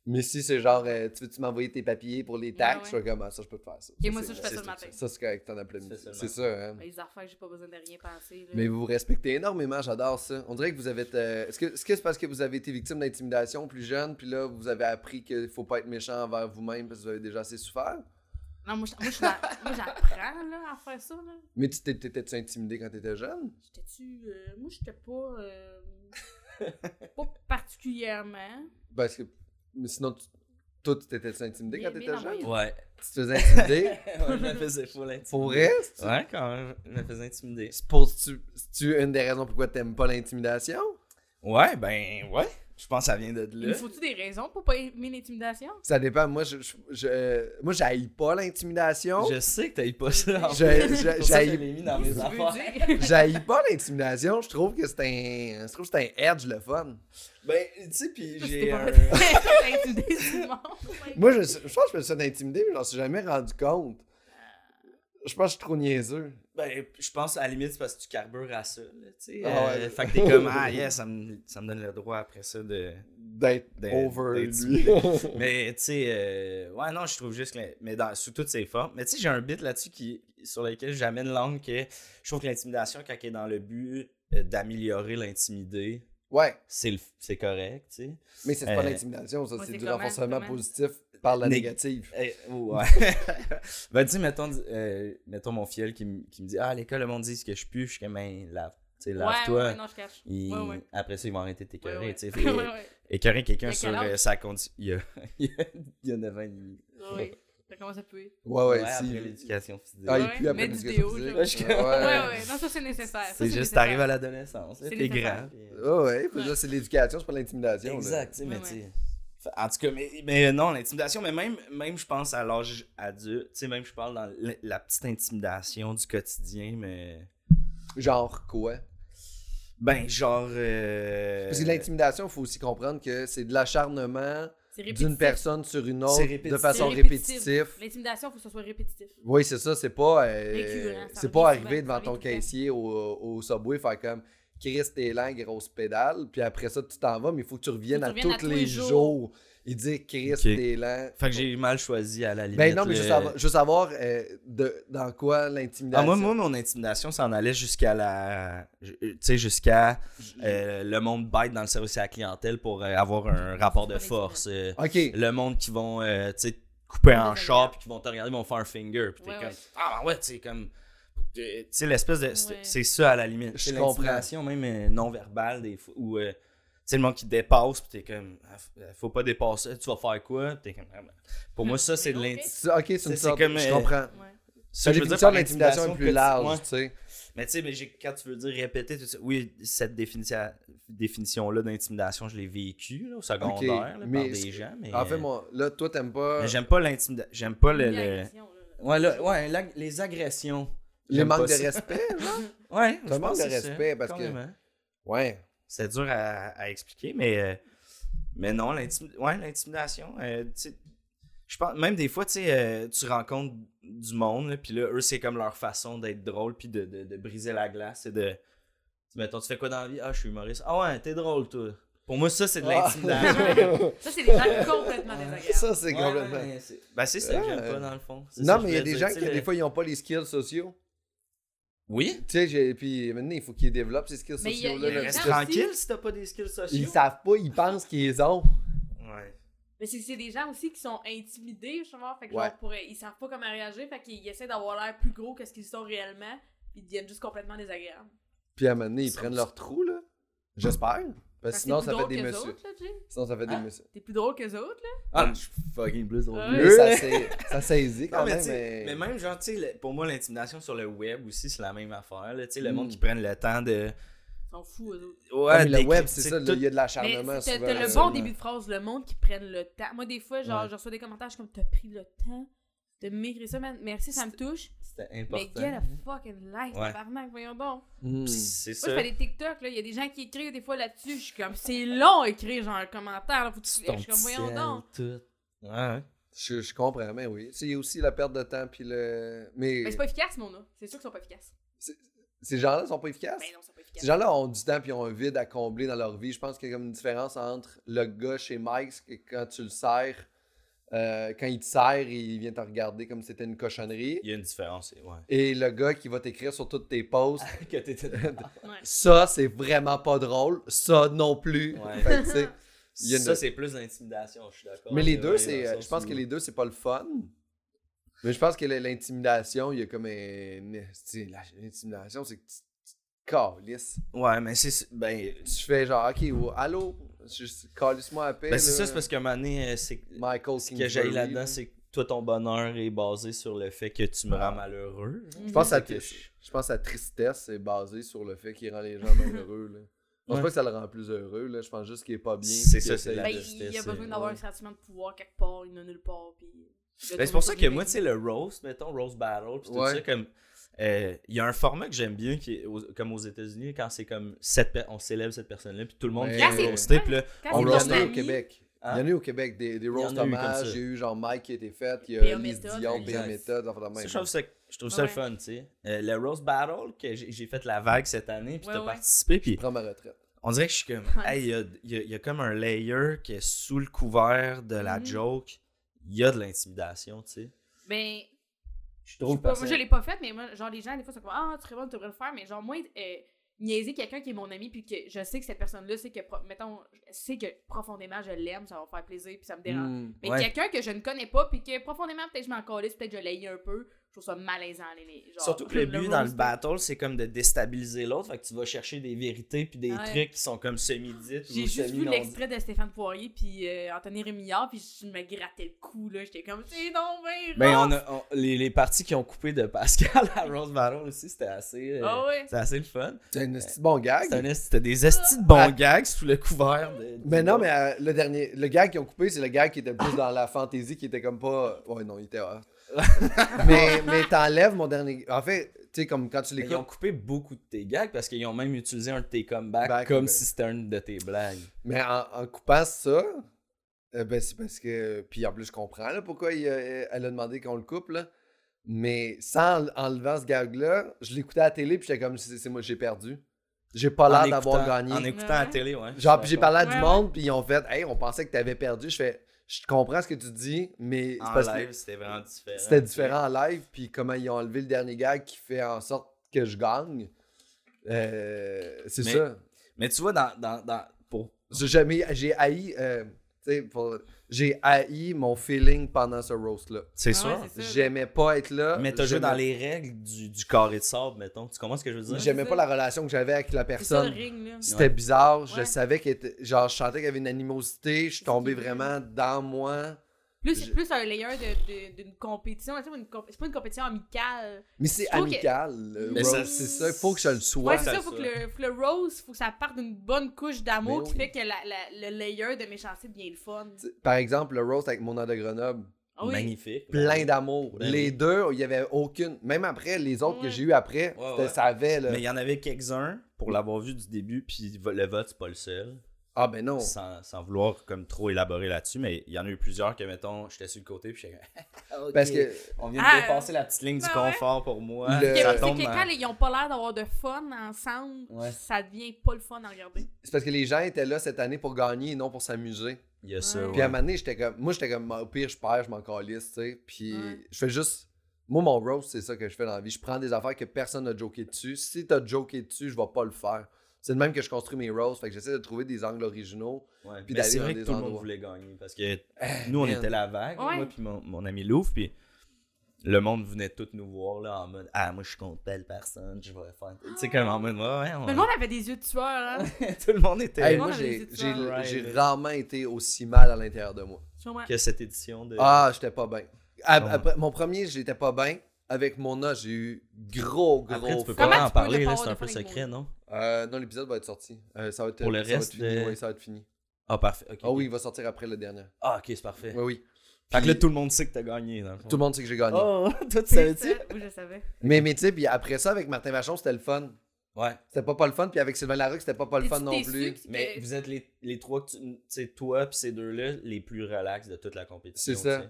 Speaker 6: Mais si c'est genre euh, tu veux-tu m'envoyer tes papiers pour les taxes,
Speaker 4: ouais.
Speaker 6: je fais comme ah, ça, je peux te faire ça.
Speaker 4: Ok, moi, ça,
Speaker 6: c'est-
Speaker 4: je fais ça le
Speaker 5: c'est-
Speaker 4: matin.
Speaker 6: Ça, c'est correct, en après-midi.
Speaker 5: C'est ça, le
Speaker 6: C'est ça, hein.
Speaker 4: Les affaires, j'ai pas besoin de rien penser. là.
Speaker 6: Mais vous vous respectez énormément, j'adore ça. On dirait que vous avez. été- euh, Est-ce que est-ce que c'est parce que vous avez été victime d'intimidation plus jeune, puis là, vous avez appris qu'il faut pas être méchant envers vous-même parce que vous avez déjà assez souffert?
Speaker 4: Non, moi, je- moi, je suis dans- moi, j'apprends là, à faire ça. Là.
Speaker 6: Mais tu t'es- t'étais-tu intimidé quand t'étais jeune?
Speaker 4: J'étais-tu. euh, moi, j'étais pas. euh, pas particulièrement.
Speaker 6: Parce que. Mais sinon, tu, toi, tu t'étais-tu intimidé quand
Speaker 4: Mais- mais
Speaker 6: t'étais
Speaker 4: non,
Speaker 6: jeune?
Speaker 4: voyons.
Speaker 5: Ouais.
Speaker 6: Tu te faisais intimider?
Speaker 5: ouais. Je me faisais full intimider.
Speaker 6: Pour vrai? c'est-
Speaker 5: Ouais, quand même. Je me faisais intimider.
Speaker 6: C'est pour- c'est-tu- C'est-tu une des raisons pourquoi t'aimes pas l'intimidation?
Speaker 5: Ouais, ben, ouais. Je pense que ça vient de
Speaker 4: Il me
Speaker 5: là.
Speaker 4: faut-tu des raisons pour pas aimer l'intimidation?
Speaker 6: Ça dépend. Moi, je, je, je- moi, j'haïs pas l'intimidation.
Speaker 5: Je sais que t'as eu pas ça. en
Speaker 6: Je-
Speaker 5: fait.
Speaker 6: je-
Speaker 5: C'est pour
Speaker 6: j'haïs-
Speaker 5: ça que je l'ai mis dans
Speaker 4: Tu
Speaker 5: mes
Speaker 4: veux
Speaker 5: affaires.
Speaker 4: dire?
Speaker 6: J'haïs pas l'intimidation. Je trouve que c'est un. Je trouve que c'est un edge le fun.
Speaker 5: Ben, tu sais, pis
Speaker 4: C'était
Speaker 5: j'ai
Speaker 4: pas
Speaker 5: un.
Speaker 4: vrai. T'as intimidé tout le monde.
Speaker 6: Moi, je, je pense que je me suis intimidé, mais j'en suis jamais rendu compte. Je pense que je suis trop niaiseux.
Speaker 5: Ben, je pense à la limite, c'est parce que tu carbures à ça, là, tu sais.
Speaker 6: Ah
Speaker 5: Euh,
Speaker 6: ouais.
Speaker 5: Fait que t'es comme, ah, yeah, ça me, ça me donne le droit après ça de.
Speaker 6: D'être
Speaker 5: D'être-
Speaker 6: over
Speaker 5: d'être
Speaker 6: lui.
Speaker 5: Mais tu sais, euh, ouais, non, je trouve juste que. Mais dans, sous toutes ses formes. Mais tu sais, j'ai un bit là-dessus qui, sur lequel j'amène l'angle que je trouve que l'intimidation, quand elle est dans le but euh, d'améliorer l'intimidé,
Speaker 6: ouais,
Speaker 5: c'est le- c'est correct, tu sais.
Speaker 6: mais c'est pas
Speaker 5: Euh,
Speaker 6: l'intimidation, ça,
Speaker 4: Ouais,
Speaker 6: c'est
Speaker 4: c'est
Speaker 6: du
Speaker 4: comment,
Speaker 6: renforcement
Speaker 4: comment?
Speaker 6: positif par la
Speaker 5: Nég-
Speaker 6: négative.
Speaker 5: Eh, ouais. ben, tu sais, mettons, euh, mettons mon fiel qui, me- qui me dit Ah, à l'école, le monde dit ce que je pue, je suis comme, ben, lave, tu sais,
Speaker 4: Ouais, ouais,
Speaker 5: lave-toi.
Speaker 4: ouais, non, je cache.
Speaker 5: Il-
Speaker 4: Ouais, ouais.
Speaker 5: Après ça, ils vont arrêter de t'écœurer,
Speaker 4: Ouais, ouais.
Speaker 5: tu sais.
Speaker 4: Ouais, ouais.
Speaker 5: Écœurer
Speaker 4: Il
Speaker 5: quelqu'un
Speaker 4: a
Speaker 5: sur
Speaker 4: quel
Speaker 5: euh,
Speaker 4: âge?
Speaker 5: sa condition. Il y a, il y a- il y a 9 ans et demi.
Speaker 4: Ouais. Ça commence à puer.
Speaker 6: Ouais, ouais,
Speaker 5: Ouais,
Speaker 6: si.
Speaker 5: après l'éducation physique.
Speaker 6: Ah, il
Speaker 4: Ouais,
Speaker 6: pue après
Speaker 4: mets du déo,
Speaker 6: l'éducation physique.
Speaker 4: genre.
Speaker 5: Je-
Speaker 4: Ouais,
Speaker 6: ouais.
Speaker 4: ouais, non, ça c'est nécessaire. Ça,
Speaker 5: C'est juste,
Speaker 4: nécessaire.
Speaker 5: t'arrives à l'adolescence, là,
Speaker 4: C'est
Speaker 5: t'es
Speaker 4: nécessaire.
Speaker 5: grand. puis-
Speaker 6: Ah ouais, puis
Speaker 4: Ouais.
Speaker 6: là, c'est l'éducation, c'est pas l'intimidation. là.
Speaker 5: euh, Exact, tu sais, mais
Speaker 4: Ouais,
Speaker 5: tu
Speaker 4: ouais.
Speaker 5: sais. Fait- En tout cas, mais, mais euh, non, l'intimidation, mais même, même je pense à l'âge adulte, tu sais, même je parle dans l- la petite intimidation du quotidien, mais.
Speaker 6: Genre quoi?
Speaker 5: Euh, Ben, genre. euh,
Speaker 6: Parce que l'intimidation, il faut aussi comprendre que c'est de l'acharnement
Speaker 4: C'est
Speaker 6: d'une
Speaker 4: répétitif.
Speaker 6: personne sur une
Speaker 5: C'est
Speaker 6: autre
Speaker 5: répétitif.
Speaker 6: de façon
Speaker 4: C'est répétitif.
Speaker 6: répétitive.
Speaker 4: L'intimidation, faut que ça soit répétitif.
Speaker 6: Oui, c'est ça, c'est pas. euh,
Speaker 4: Récurrent, ça
Speaker 6: c'est
Speaker 4: revient
Speaker 6: pas
Speaker 4: souvent,
Speaker 6: arriver
Speaker 4: ça
Speaker 6: devant
Speaker 4: revient
Speaker 6: ton
Speaker 4: tout le temps.
Speaker 6: caissier au, au subway, faire comme Chris, t'es lent, grosse pédale, puis après ça, tu t'en vas, mais il faut que tu reviennes
Speaker 4: Faut que
Speaker 6: à
Speaker 4: tu reviennes
Speaker 6: tous les jours. et dire Chris,
Speaker 5: Ok.
Speaker 6: t'es lent.
Speaker 5: Fait que j'ai mal choisi à la limite.
Speaker 6: Ben non, mais
Speaker 5: le-
Speaker 6: juste avoir, juste avoir, euh, de, dans quoi l'intimidation.
Speaker 5: Ah, moi, moi, mon intimidation, ça en allait jusqu'à la. je- Tu sais, jusqu'à euh, le monde bête dans le service à la clientèle pour euh, avoir un rapport de
Speaker 4: C'est pas
Speaker 5: force. euh,
Speaker 6: Ok,
Speaker 5: le monde qui vont euh, tu sais, te couper en
Speaker 4: Désagréable.
Speaker 5: char puis qui vont te regarder vont faire un finger puis t'es
Speaker 4: Ouais,
Speaker 5: comme
Speaker 4: ouais.
Speaker 5: ah ben ouais tu sais comme euh, tu sais l'espèce de c'est-
Speaker 4: Ouais.
Speaker 5: c'est ça à la limite
Speaker 6: Je
Speaker 5: C'est
Speaker 6: comprends.
Speaker 5: l'intimidation même euh, non verbale des fois ou euh, tu sais le monde qui te dépasse puis t'es comme Ah, f- euh, faut pas dépasser tu vas faire quoi Puis t'es comme Ah, ben. pour moi ça c'est de
Speaker 4: Ok.
Speaker 5: l'intimidation
Speaker 6: c'est- ok, c'est
Speaker 5: c'est
Speaker 6: une sorte.
Speaker 5: comme,
Speaker 6: je
Speaker 5: euh,
Speaker 6: comprends.
Speaker 4: Ouais.
Speaker 6: C'est
Speaker 5: je veux dire
Speaker 6: définition
Speaker 5: par
Speaker 6: de l'intimidation est plus
Speaker 5: intimidation,
Speaker 6: large,
Speaker 5: que-
Speaker 6: tu sais.
Speaker 5: ouais. mais tu sais mais j'ai- quand tu veux dire répéter tout ça, oui cette définition définition là d'intimidation je l'ai vécue là, au secondaire
Speaker 6: Ok,
Speaker 5: là, par
Speaker 6: mais
Speaker 5: des
Speaker 6: ce-
Speaker 5: gens mais
Speaker 6: En fait,
Speaker 5: euh,
Speaker 6: moi, là, toi, t'aimes pas.
Speaker 5: mais j'aime pas l'intimidation j'aime pas le- le...
Speaker 4: L'agression, là.
Speaker 5: Ouais, là, ouais la- les agressions.
Speaker 6: Les
Speaker 5: J'aime pas
Speaker 6: manques de
Speaker 5: ça.
Speaker 6: respect.
Speaker 5: Ouais,
Speaker 6: un manque de respect, parce que- Ouais.
Speaker 5: C'est dur à, à expliquer, mais, euh, mais non, l'intim- ouais, l'intimidation. euh, tu sais, je pense, même des fois, tu sais, euh, tu rencontres du monde, là, puis là, eux, c'est comme leur façon d'être drôle, puis de, de- de briser la glace et de. Tu mettons, tu fais quoi dans la vie? Ah, je suis humoriste. Ah ouais, t'es drôle, toi. Pour moi, ça, c'est
Speaker 6: Ah,
Speaker 5: de l'intimidation.
Speaker 4: Ça, c'est des gens complètement désagréables.
Speaker 6: Ça, c'est
Speaker 5: Ouais,
Speaker 6: complètement.
Speaker 5: ouais, c'est- ben, c'est ça que j'aime
Speaker 6: Euh,
Speaker 5: pas, dans le fond. C'est ça
Speaker 6: Non,
Speaker 5: que
Speaker 6: mais il y
Speaker 5: je
Speaker 6: a
Speaker 5: voulais
Speaker 6: des
Speaker 5: dire,
Speaker 6: gens
Speaker 5: tu
Speaker 6: qui,
Speaker 5: sais, le-
Speaker 6: des fois, ils n'ont pas les skills sociaux.
Speaker 5: Oui.
Speaker 6: Tu sais, j'ai- puis maintenant, il faut qu'ils développent ces skills
Speaker 4: Mais il y a-
Speaker 6: sociaux-là.
Speaker 4: il y a
Speaker 6: là,
Speaker 4: des
Speaker 5: Reste
Speaker 6: parce
Speaker 4: gens-
Speaker 6: que
Speaker 5: tranquille si t'as pas des skills sociaux.
Speaker 6: Ils savent pas, ils pensent qu'ils ont.
Speaker 5: Ouais.
Speaker 4: Mais c'est c'est des gens aussi qui sont intimidés, justement. Fait que
Speaker 6: Ouais.
Speaker 4: genre, pour- ils savent pas comment réagir. Fait qu'ils essaient d'avoir l'air plus gros que ce qu'ils sont réellement. Ils deviennent juste complètement désagréables.
Speaker 6: Puis à un moment donné, ils
Speaker 5: Ça-
Speaker 6: prennent leur trou, là. J'espère. Parce que sinon, ça fait des
Speaker 4: messieurs.
Speaker 6: messieurs. Sinon, ça fait des
Speaker 5: Hein?
Speaker 6: messieurs.
Speaker 4: T'es plus drôle qu'eux autres, là.
Speaker 5: Ah, je suis fucking plus drôle.
Speaker 4: Ouais.
Speaker 6: Mais ça s'est- ça saisit
Speaker 5: Non,
Speaker 6: quand
Speaker 5: mais,
Speaker 6: même.
Speaker 5: tu sais,
Speaker 6: Mais...
Speaker 5: mais même, genre, tu sais, le- pour moi, l'intimidation sur le web aussi, c'est la même affaire. là. Tu sais, le
Speaker 6: Mm.
Speaker 5: monde qui prennent le temps de.
Speaker 4: Ils sont fous, eux autres.
Speaker 5: Ouais,
Speaker 6: Ah, mais le
Speaker 5: d'écrire,
Speaker 6: web,
Speaker 5: tu
Speaker 6: c'est
Speaker 5: sais,
Speaker 6: ça, là,
Speaker 5: tout-
Speaker 6: il y a de
Speaker 4: Mais
Speaker 6: l'acharnement
Speaker 4: t'as
Speaker 6: souvent.
Speaker 4: t'as le bon
Speaker 6: absolument.
Speaker 4: début de phrase, le monde qui prennent le temps. Moi, des fois, genre,
Speaker 5: Ouais.
Speaker 4: je reçois des commentaires, je suis comme, t'as pris le temps de m'écrire ça, man. Merci, ça me touche.
Speaker 5: C'était
Speaker 4: Mais
Speaker 5: important.
Speaker 4: get a fucking life,
Speaker 5: Ouais.
Speaker 4: tabarnak, voyons donc.
Speaker 6: Hmm.
Speaker 5: Pis C'est
Speaker 4: Moi, je
Speaker 5: ça.
Speaker 4: fais des TikTok, là. Il y a des gens qui écrivent des fois là-dessus. Je suis comme, c'est long à écrire, genre, un commentaire, là. Faut que tu
Speaker 5: Ton
Speaker 4: Je suis comme,
Speaker 5: petit
Speaker 4: voyons
Speaker 5: sel,
Speaker 4: donc.
Speaker 5: tout. Ouais, ouais.
Speaker 6: Je, je comprends, mais oui. C'est aussi la perte de temps, puis le. Mais
Speaker 4: Mais c'est pas efficace, mon gars. C'est sûr qu'ils sont pas efficaces.
Speaker 6: ces gens-là sont pas
Speaker 5: Ah,
Speaker 6: efficaces.
Speaker 4: Mais non, ils sont pas efficaces.
Speaker 6: Ces gens-là ont du temps puis ont un vide à combler dans leur vie. Je pense qu'il y a comme une différence entre le gars chez Mike, c'est que quand tu le sers, euh, quand il te sert, il vient te regarder comme si c'était une cochonnerie.
Speaker 5: Il y a une différence, c'est- ouais.
Speaker 6: Et le gars qui va t'écrire sur toutes tes posts,
Speaker 5: que t'étais
Speaker 4: Ouais.
Speaker 6: ça, c'est vraiment pas drôle. Ça non plus.
Speaker 5: Ouais.
Speaker 6: Fait que, tu sais, Il y a une-
Speaker 5: Ça, c'est plus d'intimidation, je suis d'accord.
Speaker 6: mais les
Speaker 5: là,
Speaker 6: deux,
Speaker 5: ouais,
Speaker 6: c'est,
Speaker 5: dans le
Speaker 6: euh, je pense
Speaker 5: sens
Speaker 6: que
Speaker 5: où-
Speaker 6: les deux, c'est pas le fun. Mais je pense que le- l'intimidation, il y a comme un. tu sais, la- L'intimidation, c'est que tu tu te calisses.
Speaker 5: Ouais, mais c'est. Ben,
Speaker 6: Tu fais genre, ok, ou- allô, juste calisse-moi à paix.
Speaker 5: ben c'est ça,
Speaker 6: là.
Speaker 5: c'est parce qu'à un moment donné, euh, c'est.
Speaker 6: Michael
Speaker 5: Ce que j'ai là-dedans, c'est que toi, ton bonheur est basé sur le fait que tu me rends malheureux.
Speaker 6: Je pense, à
Speaker 5: que
Speaker 6: tri-
Speaker 5: je-
Speaker 6: je pense à tristesse est basé sur le fait qu'il rend les gens malheureux. Là. Je pense
Speaker 5: Ouais.
Speaker 6: pas que ça le rend plus heureux, là. je pense juste qu'il est pas bien.
Speaker 5: C'est
Speaker 6: puis
Speaker 5: ça,
Speaker 6: qu'il
Speaker 5: c'est
Speaker 6: essaie
Speaker 5: la
Speaker 4: Ben,
Speaker 6: de-
Speaker 5: justice,
Speaker 4: il y a
Speaker 5: c'est-
Speaker 4: besoin d'avoir un sentiment de pouvoir quelque part, il en a nulle part. Puis... de
Speaker 5: Ben, c'est pour
Speaker 4: trouver
Speaker 5: ça que
Speaker 4: une
Speaker 5: moi,
Speaker 4: vie.
Speaker 5: tu sais, le roast, mettons, roast battle, pis tout
Speaker 6: Ouais.
Speaker 5: ça, comme. euh, Il y a un format que j'aime bien, qui est aux- comme aux États-Unis, quand c'est comme cette pe- on célèbre cette personne-là, puis tout le monde
Speaker 6: Ouais.
Speaker 5: vient
Speaker 6: Là, c'est-
Speaker 5: roaster, puis là,
Speaker 4: Quand
Speaker 5: on
Speaker 6: Il
Speaker 4: Ah, c'est
Speaker 6: y
Speaker 5: roast
Speaker 6: en
Speaker 4: ton
Speaker 6: a eu au
Speaker 4: ami,
Speaker 6: Québec.
Speaker 5: Hein?
Speaker 6: Il y en a eu au Québec. Des, des
Speaker 5: en
Speaker 6: roast
Speaker 5: a eu comme
Speaker 6: hommages.
Speaker 5: ça.
Speaker 6: Il y a eu genre Mike qui a été fait. Il y
Speaker 4: P.O.
Speaker 6: a Lise
Speaker 4: méthode,
Speaker 6: Dion,
Speaker 5: exact.
Speaker 6: P.O. méthode, enfin, de même.
Speaker 5: je trouve ça, je trouve ça
Speaker 4: Ouais.
Speaker 5: le fun, tu sais. Euh, le roast battle, que j'ai j'ai fait la vague cette année, puis
Speaker 4: Ouais,
Speaker 5: t'as
Speaker 4: ouais.
Speaker 5: participé, puis
Speaker 6: Je prends ma retraite.
Speaker 5: On dirait que je suis comme,
Speaker 4: Ouais.
Speaker 5: hey, il y a, il y a- il y a comme un layer qui est sous le couvert de la
Speaker 4: Mhm.
Speaker 5: joke. Il y a de l'intimidation, tu sais.
Speaker 4: Ben,
Speaker 5: Je
Speaker 4: je sais pas, moi, je l'ai pas fait, mais moi, genre, les gens, des fois, sont comme, ah, tu serais bon, tu devrais le faire, mais genre, moi, euh, niaiser quelqu'un qui est mon ami, puis que je sais que cette personne-là, c'est que, pro- mettons, c'est que profondément, je l'aime, ça va me faire plaisir, puis ça me dérange.
Speaker 6: Hmm.
Speaker 4: Mais
Speaker 5: Mmh, Ouais.
Speaker 4: quelqu'un que je ne connais pas, puis que profondément, peut-être je m'en calisse, peut-être je l'ai un peu, je trouve ça malaisant, les- les. Genre,
Speaker 5: Surtout que le but dans le
Speaker 4: roast.
Speaker 5: battle, c'est comme de déstabiliser l'autre. Fait que tu vas chercher des vérités puis des
Speaker 4: Ouais.
Speaker 5: trucs qui sont comme semi-dites
Speaker 4: J'ai
Speaker 5: ou
Speaker 4: juste vu
Speaker 5: semi-non dites.
Speaker 4: l'extrait de Stéphane Poirier puis euh, Anthony Rémillard puis je me grattais le cou là, j'étais comme c'est non ben.
Speaker 5: Ben,
Speaker 4: rough!
Speaker 5: on a, on- les, les parties qui ont coupé de Pascal à Rose Battle aussi, c'était assez, euh,
Speaker 4: Ah ouais.
Speaker 5: c'était assez le fun.
Speaker 6: C'est un esti de bon gag.
Speaker 5: C'était un esti- C'était des estis de bons
Speaker 6: Ah.
Speaker 5: gags sous le couvert de.
Speaker 6: Mais non, mais euh, le dernier, le gag qu'ils ont coupé, c'est le gag qui était plus dans la fantaisie, qui était comme pas. Ouais, non, il était hot. mais mais t'enlèves mon dernier. En fait, tu sais, comme quand tu
Speaker 5: Mais Ils ont
Speaker 6: l'écoutes.
Speaker 5: coupé beaucoup de tes gags parce qu'ils ont même utilisé un de tes comebacks
Speaker 6: Back,
Speaker 5: comme
Speaker 6: ouais.
Speaker 5: si c'était une de tes blagues.
Speaker 6: Mais en, en coupant ça, euh, ben c'est parce que. Puis en plus, je comprends là, pourquoi il, euh, elle a demandé qu'on le coupe, là. Mais sans en- enlevant ce gag-là, je l'écoutais à la télé, puis j'étais comme, c'est c'est moi, j'ai perdu. J'ai pas
Speaker 5: En
Speaker 6: l'air d'avoir
Speaker 5: écoutant- En
Speaker 6: gagné.
Speaker 5: écoutant la
Speaker 4: Ouais.
Speaker 5: télé, ouais.
Speaker 6: Genre, puis j'ai parlé à
Speaker 4: Ouais,
Speaker 6: du monde, puis ils ont fait, hey, on pensait que t'avais perdu. Je fais, je comprends ce que tu dis, mais c'est
Speaker 5: En
Speaker 6: parce que.
Speaker 5: live, euh, c'était vraiment différent.
Speaker 6: C'était différent en live, puis comment ils ont enlevé le dernier gag qui fait en sorte que je gagne. Euh, c'est
Speaker 5: Mais-
Speaker 6: ça.
Speaker 5: Mais tu vois, dans, dans, dans, pour...
Speaker 6: J'ai jamais, j'ai haï, euh, tu sais, pour- j'ai haï mon feeling pendant ce roast-là.
Speaker 5: c'est
Speaker 4: Ah ouais,
Speaker 5: sûr.
Speaker 4: c'est ça.
Speaker 6: J'aimais pas être là.
Speaker 5: mais t'as joué
Speaker 6: J'aimais-
Speaker 5: Ah, dans les règles du, du carré de sable, mettons. Tu comprends ce que je veux dire?
Speaker 4: J'ai-
Speaker 6: J'aimais pas la relation que j'avais avec la
Speaker 4: C'est ça le
Speaker 6: personne.
Speaker 4: ring là.
Speaker 6: C'était
Speaker 5: Ouais.
Speaker 6: bizarre. Je
Speaker 4: Ouais.
Speaker 6: savais qu'elle était, genre, je sentais qu'il y avait une animosité. Je suis tombé
Speaker 4: C'est-
Speaker 6: vraiment dans moi.
Speaker 4: Plus c'est
Speaker 6: Je-
Speaker 4: plus un layer de- de- d'une compétition, tu sais, une comp- c'est pas une compétition amicale.
Speaker 6: Mais c'est
Speaker 4: Je trouve que-
Speaker 6: amical. le
Speaker 5: Mais
Speaker 6: roast,
Speaker 5: ça-
Speaker 6: c'est ça. Il faut que je le sois.
Speaker 4: Ouais, c'est
Speaker 5: ça,
Speaker 4: ça, faut
Speaker 5: ça.
Speaker 4: que le, faut que le rose, faut que ça parte d'une bonne couche d'amour
Speaker 6: Mais
Speaker 4: qui
Speaker 6: oui.
Speaker 4: fait que la- la- le layer de méchanceté devient le fun.
Speaker 6: Tu sais, Par exemple, le roast avec mon an de Grenoble.
Speaker 4: Ah oui.
Speaker 5: Magnifique.
Speaker 6: plein d'amour.
Speaker 5: Ben
Speaker 6: les
Speaker 5: oui.
Speaker 6: deux, il n'y avait aucune. Même après, les autres
Speaker 4: Ouais.
Speaker 6: que j'ai eu
Speaker 5: Ouais,
Speaker 6: après, c'était-
Speaker 5: ouais.
Speaker 6: ça avait. Là,
Speaker 5: Mais il y en avait quelques-uns pour l'avoir vu du début, puis vo- le vote, c'est pas le seul.
Speaker 6: Ah ben non.
Speaker 5: Sans, sans vouloir comme trop élaborer là-dessus, mais il y en a eu plusieurs que, mettons, j'étais sur le côté, puis j'étais comme,
Speaker 6: Parce
Speaker 5: Ok,
Speaker 6: que
Speaker 5: On vient de
Speaker 4: Ah,
Speaker 5: dépasser la petite ligne du
Speaker 4: ben ouais.
Speaker 5: confort pour moi.
Speaker 6: Le-
Speaker 4: Puis,
Speaker 5: Ça
Speaker 4: c'est
Speaker 5: tombe
Speaker 4: que
Speaker 5: dans-
Speaker 4: quand ils ont pas l'air d'avoir de fun ensemble,
Speaker 5: Ouais.
Speaker 4: ça devient pas le fun à regarder.
Speaker 6: c'est parce que les gens étaient là cette année pour gagner et non pour s'amuser.
Speaker 5: Il y a ça,
Speaker 4: Puis
Speaker 6: Puis à un
Speaker 5: ouais.
Speaker 6: moment donné, j'étais comme. Moi, j'étais comme au pire, je perds, je m'en calisse, tu sais. Puis
Speaker 4: Ouais.
Speaker 6: je fais juste. Moi, mon roast, c'est ça que je fais dans la vie. Je prends des affaires que personne n'a joké dessus. Si t'as joké dessus, je vais pas le faire. C'est de même que je construis mes roasts. Fait que j'essaie de trouver des angles originaux.
Speaker 5: Ouais,
Speaker 6: Puis
Speaker 5: mais
Speaker 6: d'aller
Speaker 5: c'est
Speaker 6: dans
Speaker 5: vrai
Speaker 6: des
Speaker 5: que tout le monde
Speaker 6: endroits.
Speaker 5: voulait gagner parce que nous on
Speaker 6: man.
Speaker 5: était la vague,
Speaker 4: Ouais.
Speaker 5: moi puis mon, mon ami Louvre, puis le monde venait tout nous voir là, en mode Ah, moi je suis contre telle personne, je vais faire. Tu sais, comme en mode Ouais, ouais, on-
Speaker 4: Mais le monde avait des yeux de tueur, hein.
Speaker 5: tout le monde était.
Speaker 6: Hey,
Speaker 4: Tout le
Speaker 6: moi,
Speaker 4: monde avait
Speaker 6: j'ai
Speaker 4: des
Speaker 6: j'ai-
Speaker 4: étoiles.
Speaker 5: Ouais,
Speaker 6: j'ai
Speaker 5: mais-
Speaker 6: rarement été aussi mal à l'intérieur de moi.
Speaker 4: Sûrement.
Speaker 5: que cette édition de.
Speaker 6: Ah, j'étais pas bien. Ap-
Speaker 5: Ouais.
Speaker 6: après- Mon premier, j'étais pas bien. Avec mon A, j'ai eu gros, gros.
Speaker 5: Après, tu peux
Speaker 4: Comment
Speaker 5: pas
Speaker 4: tu
Speaker 5: en
Speaker 4: peux
Speaker 5: parler,
Speaker 4: ne
Speaker 5: là,
Speaker 4: pas
Speaker 5: c'est un
Speaker 4: avoir
Speaker 5: peu
Speaker 4: de Frank
Speaker 5: secret, non
Speaker 6: Euh, non, l'épisode va être sorti. Euh, ça va être,
Speaker 5: Pour le
Speaker 6: ça va être
Speaker 5: reste euh,
Speaker 6: fini.
Speaker 5: de-
Speaker 6: Oui, ça va être fini.
Speaker 5: Ah, parfait. ok,
Speaker 6: Ah oui, il
Speaker 5: ok.
Speaker 6: va sortir après le dernier.
Speaker 5: Ah, ok, c'est parfait.
Speaker 6: Oui, oui.
Speaker 5: Fait que
Speaker 6: Puis-
Speaker 5: là, tout le monde sait que t'as gagné. Dans le fond.
Speaker 6: Tout le monde sait que j'ai gagné.
Speaker 5: Oh, toi, tu
Speaker 4: Oui,
Speaker 5: savais-tu
Speaker 4: ça, euh, Oui, je savais.
Speaker 6: Mais, mais tu sais, puis après ça, avec Martin Vachon, c'était le fun.
Speaker 5: Ouais.
Speaker 6: C'était pas pas le fun. Puis avec Sylvain Larocque, c'était pas pas le
Speaker 4: T'es-tu
Speaker 6: fun non
Speaker 4: déçu
Speaker 6: plus.
Speaker 4: que-
Speaker 5: Mais vous êtes les, les trois, que tu tu sais, toi puis ces deux-là, les plus relax de toute la compétition.
Speaker 6: C'est ça.
Speaker 5: tu sais.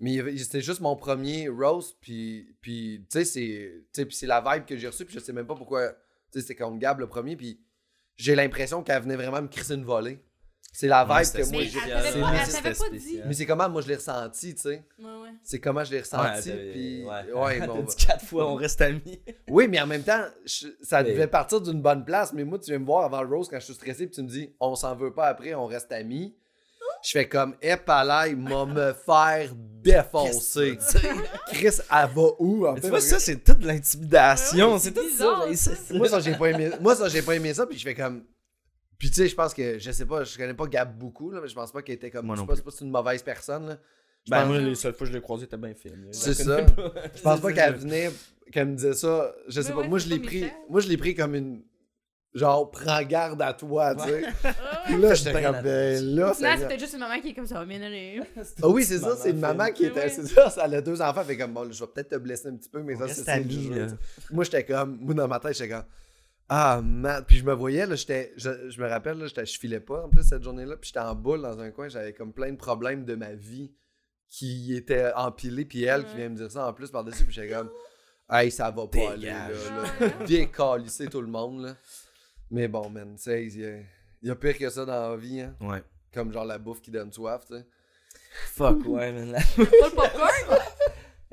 Speaker 6: Mais il y avait- c'était juste mon premier roast, puis, puis tu sais, c'est tu sais, puis c'est la vibe que j'ai reçue, puis je sais même pas pourquoi. Tu sais, c'était comme Gab le premier, puis j'ai l'impression qu'elle venait vraiment me crisser une volée. C'est la vibe
Speaker 5: Ouais,
Speaker 6: que
Speaker 5: c'était
Speaker 6: Ah, moi
Speaker 4: Mais
Speaker 6: j'ai.
Speaker 4: elle t'avait
Speaker 5: spécial.
Speaker 4: pas- elle
Speaker 5: C'est-
Speaker 4: t'avait
Speaker 5: c'était
Speaker 4: pas dit.
Speaker 5: spécial.
Speaker 6: Mais c'est comment moi je l'ai ressenti, tu sais.
Speaker 4: Ouais, ouais.
Speaker 6: C'est comment je l'ai ressenti,
Speaker 5: t'avais-
Speaker 6: puis. Ouais,
Speaker 5: Ouais,
Speaker 6: mais
Speaker 5: t'as
Speaker 6: on va-
Speaker 5: dit quatre fois, on reste amis.
Speaker 6: Oui, mais en même temps, je- ça
Speaker 5: Mais-
Speaker 6: devait partir d'une bonne place. Mais moi, tu viens me voir avant le roast quand je suis stressé, puis tu me dis, on s'en veut pas après, on reste amis. Je fais comme, eh, palais, m'a me faire défoncer. Chris, elle va où en
Speaker 5: Mais
Speaker 6: fait?
Speaker 5: tu vois,
Speaker 6: Parce
Speaker 5: ça,
Speaker 6: que-
Speaker 5: c'est toute l'intimidation.
Speaker 4: Ouais, ouais,
Speaker 5: c'est
Speaker 4: c'est
Speaker 5: tout
Speaker 4: bizarre,
Speaker 5: ça. j'ai-
Speaker 4: ça.
Speaker 5: c'est-
Speaker 6: moi, ça, j'ai pas aimé. Moi, ça, j'ai pas aimé ça, puis je fais comme. Puis tu sais, je pense que, je sais pas, je connais pas Gab beaucoup, là, mais je pense pas qu'elle était comme.
Speaker 5: Moi
Speaker 6: je
Speaker 5: non
Speaker 6: sais pas,
Speaker 5: plus.
Speaker 6: c'est pas si c'est une mauvaise personne, là. Je
Speaker 5: Ben,
Speaker 6: pense-
Speaker 5: moi, les seules fois que je l'ai croisé, t'as bien filmé.
Speaker 6: C'est ça. Je pense pas qu'elle venait, qu'elle me disait ça. Je sais
Speaker 4: Mais
Speaker 6: pas.
Speaker 4: ouais,
Speaker 6: moi,
Speaker 4: c'est
Speaker 6: je l'ai
Speaker 4: pas
Speaker 6: pris.
Speaker 4: Michel.
Speaker 6: Moi, je l'ai pris comme une. Genre, prends garde à toi, tu sais.
Speaker 4: Ah,
Speaker 6: Puis là, j'étais
Speaker 5: Faites bien
Speaker 6: comme, ben là,
Speaker 4: Au final,
Speaker 6: Seigneur.
Speaker 4: c'est peut-être juste une maman qui est comme ça, oh, mais non, non.
Speaker 6: Ah oui, c'est ça,
Speaker 5: Maman
Speaker 6: c'est une maman
Speaker 5: fait-
Speaker 6: qui
Speaker 4: Mais
Speaker 6: était.
Speaker 4: oui.
Speaker 6: C'est ça, elle a deux enfants, fait comme, bon, je vais peut-être te blesser un petit peu, mais ça, c'est- c'est le jeu, tu sais. Moi, j'étais comme, moi, dans ma tête, j'étais comme, ah, man. Puis je me voyais, là, j'étais, je, je me rappelle, là, j'étais- je filais pas en plus cette journée-là, puis j'étais en boule dans un coin, j'avais comme plein de problèmes de ma vie qui étaient empilés, puis elle qui
Speaker 4: Ouais.
Speaker 6: vient me dire ça en plus par-dessus, puis j'étais comme, hey, ça va pas aller, là,
Speaker 5: Dégage.
Speaker 6: là. Décalisser tout le monde, là. Mais bon, man, tu sais, il y, a- il y a pire que ça dans la vie, hein.
Speaker 5: Ouais.
Speaker 6: Comme genre la bouffe qui donne soif, tu sais.
Speaker 5: Fuck, ouais, man. là.
Speaker 4: Pas le popcorn.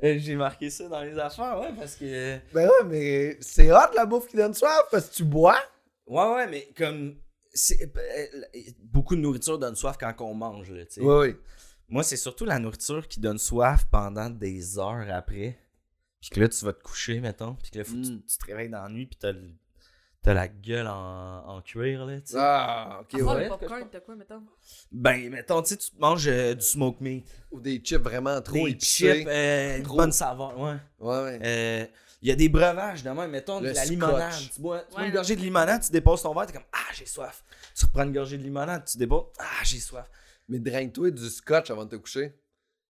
Speaker 5: Euh, J'ai marqué ça dans les affaires, ouais, parce que.
Speaker 6: Ben ouais, mais c'est hot la bouffe qui donne soif parce que tu bois.
Speaker 5: Ouais, ouais, mais comme. c'est- euh, Beaucoup de nourriture donne soif quand on mange, là, tu sais.
Speaker 6: Oui, oui.
Speaker 5: Moi, c'est surtout la nourriture qui donne soif pendant des heures après. Puis que là, tu vas te coucher, mettons. Puis que là, faut que
Speaker 6: Mm.
Speaker 5: tu, tu te réveilles dans la nuit, puis t'as, le- t'as la gueule en, en cuir, là, tu sais.
Speaker 6: Ah, ok,
Speaker 4: Pas
Speaker 6: ouais.
Speaker 4: le
Speaker 5: ouais.
Speaker 4: popcorn, t'as quoi, mettons?
Speaker 5: Ben, mettons, tu sais, tu te manges euh, du smoke meat.
Speaker 6: Ou des chips vraiment trop
Speaker 5: des
Speaker 6: épicés.
Speaker 5: chips, euh, une
Speaker 6: Trop.
Speaker 5: bonne saveur, ouais.
Speaker 6: Ouais, ouais.
Speaker 5: Euh, Il y a des breuvages, demain, mettons,
Speaker 6: Le
Speaker 5: de la
Speaker 6: scotch.
Speaker 5: limonade. Tu bois, tu bois
Speaker 4: Ouais.
Speaker 5: une gorgée de limonade, tu déposes ton verre, t'es comme « Ah, j'ai soif ». Tu reprends une gorgée de limonade, tu déposes « Ah, j'ai soif
Speaker 6: Mais drague-toi du scotch avant de te coucher. ».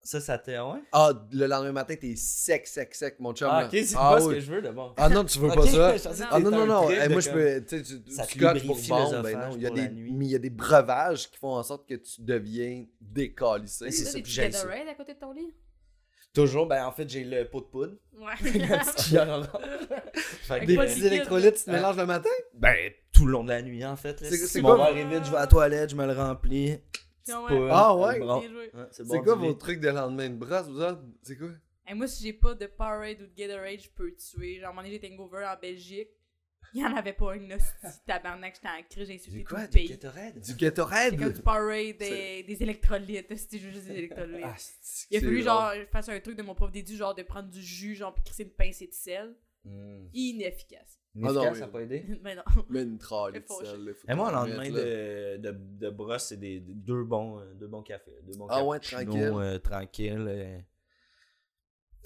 Speaker 5: Ça, ça t'est... Ouais?
Speaker 6: Ah, le lendemain matin, t'es sec, sec, sec, mon chum.
Speaker 5: Ah,
Speaker 6: là.
Speaker 5: ok, c'est
Speaker 6: ah,
Speaker 5: pas ce
Speaker 6: oui.
Speaker 5: que je veux, d'abord.
Speaker 6: Ah non, tu veux pas ça. Ah non, non, non. Eh,
Speaker 5: et
Speaker 6: moi, je peux. Tu sais, tu- du
Speaker 5: Ça te
Speaker 6: scotch pour
Speaker 5: lubrifie
Speaker 6: vendre,
Speaker 5: l'œsophage
Speaker 6: ben non. Il y, a
Speaker 5: hein, pour la
Speaker 6: des,
Speaker 5: nuit.
Speaker 6: mais il y a des breuvages qui font en sorte que tu deviens décalissé.
Speaker 5: Mais c'est
Speaker 4: T'as
Speaker 5: ça,
Speaker 4: des
Speaker 5: puis
Speaker 4: petits
Speaker 5: j'aille ça.
Speaker 4: Gatorade à côté de ton lit?
Speaker 5: Toujours, ben en fait, j'ai le pot de poudre.
Speaker 4: Ouais.
Speaker 5: la petite cuillère en or. Fait que
Speaker 6: Des
Speaker 4: Pas de
Speaker 6: petits
Speaker 4: liquide.
Speaker 6: électrolytes, tu te
Speaker 5: Ah.
Speaker 6: mélanges le matin?
Speaker 5: Ben, tout le long de la nuit, en fait. Là,
Speaker 6: C'est-
Speaker 5: si
Speaker 6: c'est
Speaker 5: mon
Speaker 6: quoi-
Speaker 5: verre est vide, je vais à la toilette, je me le remplis. Petite
Speaker 4: ouais.
Speaker 5: poudre,
Speaker 6: Ah ouais?
Speaker 5: elle me rend-
Speaker 4: Bien joué.
Speaker 5: Ouais,
Speaker 6: C'est
Speaker 5: bon,
Speaker 6: quoi
Speaker 5: du
Speaker 6: vos
Speaker 5: lait.
Speaker 6: trucs de lendemain de brasse, vous autres? C'est quoi?
Speaker 4: Hey, moi, si j'ai pas de Powerade ou de Gatorade, je peux tuer. Genre, à un moment donné, j'étais hangover en Belgique. Il y en avait pas une, là. c'est tabarnak, j'étais en crise, j'ai insulté
Speaker 5: C'est
Speaker 4: tout
Speaker 5: quoi,
Speaker 4: le
Speaker 5: du
Speaker 4: pays.
Speaker 5: Gatorade?
Speaker 6: Du
Speaker 4: C'est comme
Speaker 6: Gatorade?
Speaker 4: du Powerade, des, des électrolytes. C'était juste des électrolytes.
Speaker 5: Ah,
Speaker 4: Il a fallu,
Speaker 6: c'est drôle.
Speaker 4: genre, je fasse un truc de mon prof d'édu, genre, de prendre du jus, genre, puis crisser une pincée de sel.
Speaker 5: Mm.
Speaker 4: Inefficace.
Speaker 6: Ah non,
Speaker 5: Efficace,
Speaker 6: mais-
Speaker 5: ça n'a pas aidé?
Speaker 4: Mais non.
Speaker 6: Mais une trolley
Speaker 4: Faut
Speaker 6: de sel, là, faut
Speaker 5: Et moi, le
Speaker 6: t'en
Speaker 5: lendemain
Speaker 6: mettre, là.
Speaker 5: de, de, de brosse, c'est des, des- deux, bons, euh, deux bons cafés. Deux bons
Speaker 6: Ah ouais,
Speaker 5: cappuccinos,
Speaker 6: tranquille.
Speaker 5: euh, tranquille, euh,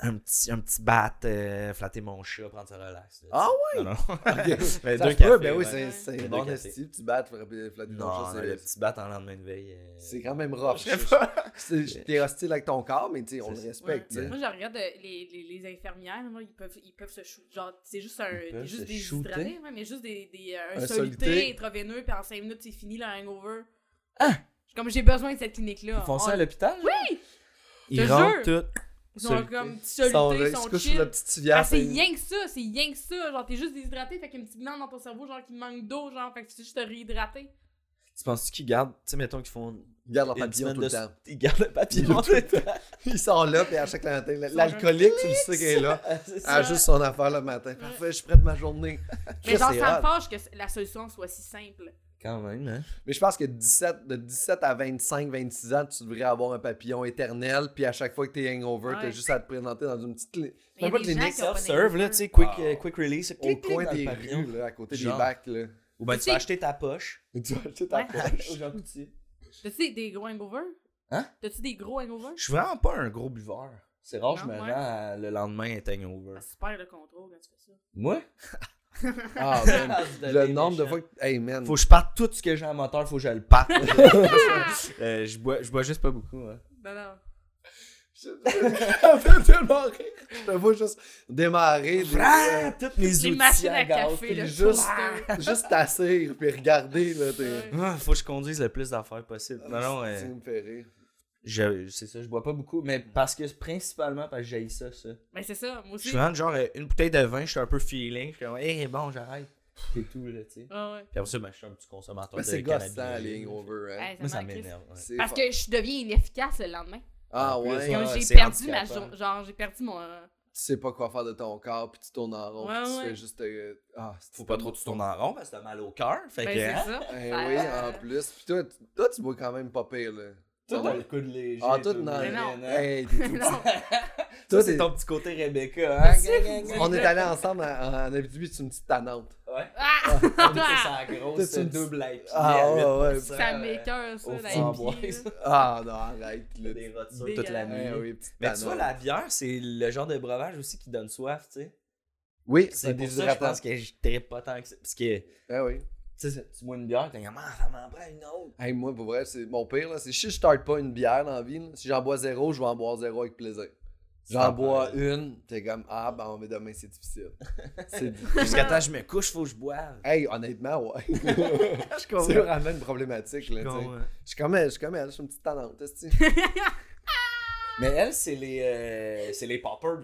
Speaker 5: un, petit, un petit bat, euh, flatter mon chat, prendre ça relax. là,
Speaker 6: Ah
Speaker 5: tu sais. Non, non.
Speaker 6: Ok.
Speaker 5: Mais
Speaker 6: Ça
Speaker 5: deux
Speaker 6: se peut,
Speaker 5: cafés,
Speaker 6: Ben oui,
Speaker 5: ouais.
Speaker 6: c'est-
Speaker 5: Mais
Speaker 6: c'est
Speaker 5: deux
Speaker 6: bon,
Speaker 5: cafés.
Speaker 6: esti, tu battes, flatter ton
Speaker 5: Non,
Speaker 6: chat,
Speaker 5: le
Speaker 6: c'est-
Speaker 5: petit bat en lendemain de veille. euh,
Speaker 6: c'est quand même rough.
Speaker 5: Je sais pas.
Speaker 6: C'est- T'es hostile avec ton corps, mais tu sais, on le
Speaker 5: C'est-
Speaker 6: respecte.
Speaker 5: ouais.
Speaker 6: tu sais.
Speaker 4: Moi, je regarde euh, les, les, les infirmières, là, ils peuvent, ils peuvent se shooter. Genre, c'est juste un.
Speaker 5: Ils peuvent
Speaker 4: juste
Speaker 5: se
Speaker 4: des
Speaker 5: shooter?
Speaker 4: hydratés, ouais, mais juste des. des euh, un
Speaker 6: Un
Speaker 4: solité,
Speaker 6: soluté.
Speaker 4: intraveineux, puis en 5 minutes, c'est fini le hangover.
Speaker 5: Ah!
Speaker 4: Je suis Comme j'ai besoin de cette clinique-là. Ah,
Speaker 5: Ils font
Speaker 4: On-
Speaker 5: ça à l'hôpital?
Speaker 4: Oui! Je
Speaker 5: Ils
Speaker 4: te
Speaker 5: rentrent
Speaker 4: jure.
Speaker 5: tout.
Speaker 4: Ils sont
Speaker 5: Soluté.
Speaker 4: comme
Speaker 6: Ils sont-
Speaker 4: solutés,
Speaker 6: ils
Speaker 4: ils
Speaker 6: se
Speaker 4: sont
Speaker 6: couchent sur
Speaker 4: chill.
Speaker 6: la petite
Speaker 4: Ah,
Speaker 6: civière.
Speaker 4: c'est
Speaker 6: puis-
Speaker 4: rien que ça, c'est rien que ça. Genre, t'es juste déshydraté, fait qu'il y a une petite glande dans ton cerveau, genre, qui manque d'eau, genre, fait que c'est juste te réhydrater.
Speaker 5: Tu penses-tu qu'ils gardent, tu sais, mettons qu'ils font
Speaker 6: Ils gardent leur
Speaker 5: une
Speaker 6: papillon
Speaker 5: semaine
Speaker 6: tout
Speaker 5: de...
Speaker 6: le temps.
Speaker 5: Ils gardent le papillon tout le temps.
Speaker 6: Ils sont là, puis à chaque matin, l'alcoolique, tu le sais qu'elle est là.
Speaker 5: C'est
Speaker 6: Elle a juste son affaire le matin. Parfait, je suis prête ma journée.
Speaker 4: Mais
Speaker 6: Ça,
Speaker 4: genre,
Speaker 6: Ah, c'est
Speaker 4: ça me
Speaker 6: hot.
Speaker 4: fâche que la solution soit si simple.
Speaker 5: Quand même, hein?
Speaker 6: Mais je pense que 17, de 17 à 25, 26 ans, tu devrais avoir un papillon éternel. Puis à chaque fois que t'es hangover,
Speaker 4: Ouais.
Speaker 6: t'as juste à te présenter dans une petite. cli-
Speaker 4: Mais
Speaker 6: Même
Speaker 4: y a
Speaker 6: pas
Speaker 4: des
Speaker 6: clinique,
Speaker 4: gens qui ont pas
Speaker 5: Self-serve,
Speaker 4: d'influence.
Speaker 5: là, tu sais, quick,
Speaker 6: Wow.
Speaker 5: euh, quick release.
Speaker 6: au
Speaker 5: clic, clic,
Speaker 6: coin
Speaker 5: dans le
Speaker 6: des
Speaker 5: papillon.
Speaker 6: rues, là, à côté
Speaker 5: Genre.
Speaker 6: des bacs. Là.
Speaker 5: Ou ben,
Speaker 4: Tu
Speaker 5: tu
Speaker 4: sais-
Speaker 5: vas acheter ta poche.
Speaker 6: Tu vas acheter ta
Speaker 4: Ouais.
Speaker 6: poche.
Speaker 5: Aux gens petits.
Speaker 4: T'as-tu des gros hangovers?
Speaker 5: Hein?
Speaker 4: T'as-tu des gros hangovers?
Speaker 5: Je suis vraiment pas un gros buveur. C'est rare, je
Speaker 4: Non,
Speaker 5: me
Speaker 4: ouais.
Speaker 5: rends à- le lendemain être hangover.
Speaker 4: Ah, Tu perds le contrôle quand tu fais ça.
Speaker 5: Moi?
Speaker 6: Ah, man. Le nombre de fois que. Hey, man.
Speaker 5: Faut que je parte tout ce que j'ai en moteur, faut que je le parte. Euh, je, bois, je bois juste pas beaucoup. hein.
Speaker 4: Ben non.
Speaker 6: Je veux tellement rire. Je te vois juste démarrer. des-
Speaker 5: Prends toutes mes outils
Speaker 4: Les machines à
Speaker 5: gaz,
Speaker 4: café,
Speaker 5: puis
Speaker 4: le
Speaker 5: juste-
Speaker 6: juste-
Speaker 4: toaster.
Speaker 6: Juste t'assire puis regarder. Là, t'es... Ah,
Speaker 5: Ah, faut que je conduise le plus d'affaires possible. Non, non, euh,
Speaker 6: Tu me fais rire.
Speaker 5: je- c'est ça, je bois pas beaucoup, mais parce que principalement parce que j'ai ça, ça.
Speaker 4: Ben c'est ça, moi
Speaker 5: Je suis
Speaker 4: aussi.
Speaker 5: vraiment genre euh, une bouteille de vin, je suis un peu feeling, je suis comme hey, bon, j'arrête. C'est tout là, tu sais.
Speaker 4: Ah ouais.
Speaker 5: Puis après ça, ben, je suis un petit consommateur
Speaker 6: Ben,
Speaker 5: de
Speaker 6: c'est
Speaker 5: cannabis.
Speaker 6: gossant, les hangovers. Hein.
Speaker 4: Hey,
Speaker 5: Moi, ça
Speaker 4: m'en crisse.
Speaker 5: m'énerve. ouais.
Speaker 6: C'est
Speaker 4: Parce
Speaker 6: fa-
Speaker 4: que je deviens inefficace le lendemain.
Speaker 6: Ah
Speaker 5: En plus,
Speaker 6: ouais.
Speaker 5: ouais.
Speaker 4: Comme j'ai
Speaker 5: c'est
Speaker 4: perdu ma
Speaker 5: handicapant.
Speaker 4: jour- genre j'ai perdu mon euh,
Speaker 6: tu sais pas quoi faire de ton corps, puis tu tournes en rond,
Speaker 4: Ouais,
Speaker 6: puis tu
Speaker 4: ouais.
Speaker 6: fais juste. euh, ah, c'est
Speaker 5: Faut pas trop que tu tournes en rond parce que t'as mal au cœur. Fait
Speaker 4: ben
Speaker 5: que.
Speaker 4: c'est
Speaker 5: hein,
Speaker 4: ça.
Speaker 6: Eh
Speaker 4: Ah,
Speaker 6: oui,
Speaker 4: euh,
Speaker 6: en plus. Puis toi, tu- toi, tu bois quand même pas pire, là.
Speaker 5: tout dans le coup de léger.
Speaker 6: Ah, tout dans
Speaker 4: Mais non.
Speaker 6: Hey, t'es tout
Speaker 4: non,
Speaker 6: Toi,
Speaker 5: hein. c'est
Speaker 6: t'es-
Speaker 5: ton petit côté Rebecca, hein?
Speaker 6: On est allé ensemble à- en Abitibi, c'est une petite tanante.
Speaker 5: Ouais.
Speaker 4: ah,
Speaker 5: Ah, c'est sa grosse
Speaker 6: T'as-tu une-
Speaker 5: double IP.
Speaker 6: Ah, ouais, ouais.
Speaker 4: ça m'écoeure ça
Speaker 5: au
Speaker 4: la
Speaker 5: framboise.
Speaker 4: vie. là.
Speaker 6: Ah non, arrête. là.
Speaker 5: Des rotures toute la
Speaker 4: Dégueulasse.
Speaker 5: nuit.
Speaker 6: Eh oui, petite
Speaker 5: Mais tu
Speaker 6: tanante.
Speaker 5: vois, la bière, c'est le genre de breuvage aussi qui donne soif, tu sais.
Speaker 6: Oui,
Speaker 5: C'est
Speaker 6: c'est
Speaker 5: pour ça, je
Speaker 6: déshydratant.
Speaker 5: pense que je trippe pas tant que ça. Parce que, tu
Speaker 6: Eh oui.
Speaker 5: sais, ça- tu bois une bière, t'es comme, ah, ça m'en prend une autre.
Speaker 6: Hey, moi, pour vrai, c'est mon pire, là. C'est si je starte pas une bière dans la vie, là, si j'en bois zéro, je vais en boire zéro avec plaisir.
Speaker 5: Ah,
Speaker 6: J'en bois une, t'es comme, ah, ben, mais demain, c'est difficile. C'est
Speaker 5: Jusqu'à temps que je me couche, faut que je boive.
Speaker 6: Hey, honnêtement, ouais.
Speaker 5: Je
Speaker 6: C'est vraiment une problématique, là, tu sais.
Speaker 5: comprends.
Speaker 6: Je suis comme elle, je suis comme elle, je suis une petite tannante, tu
Speaker 5: Mais elle, c'est les, euh, c'est les poppers.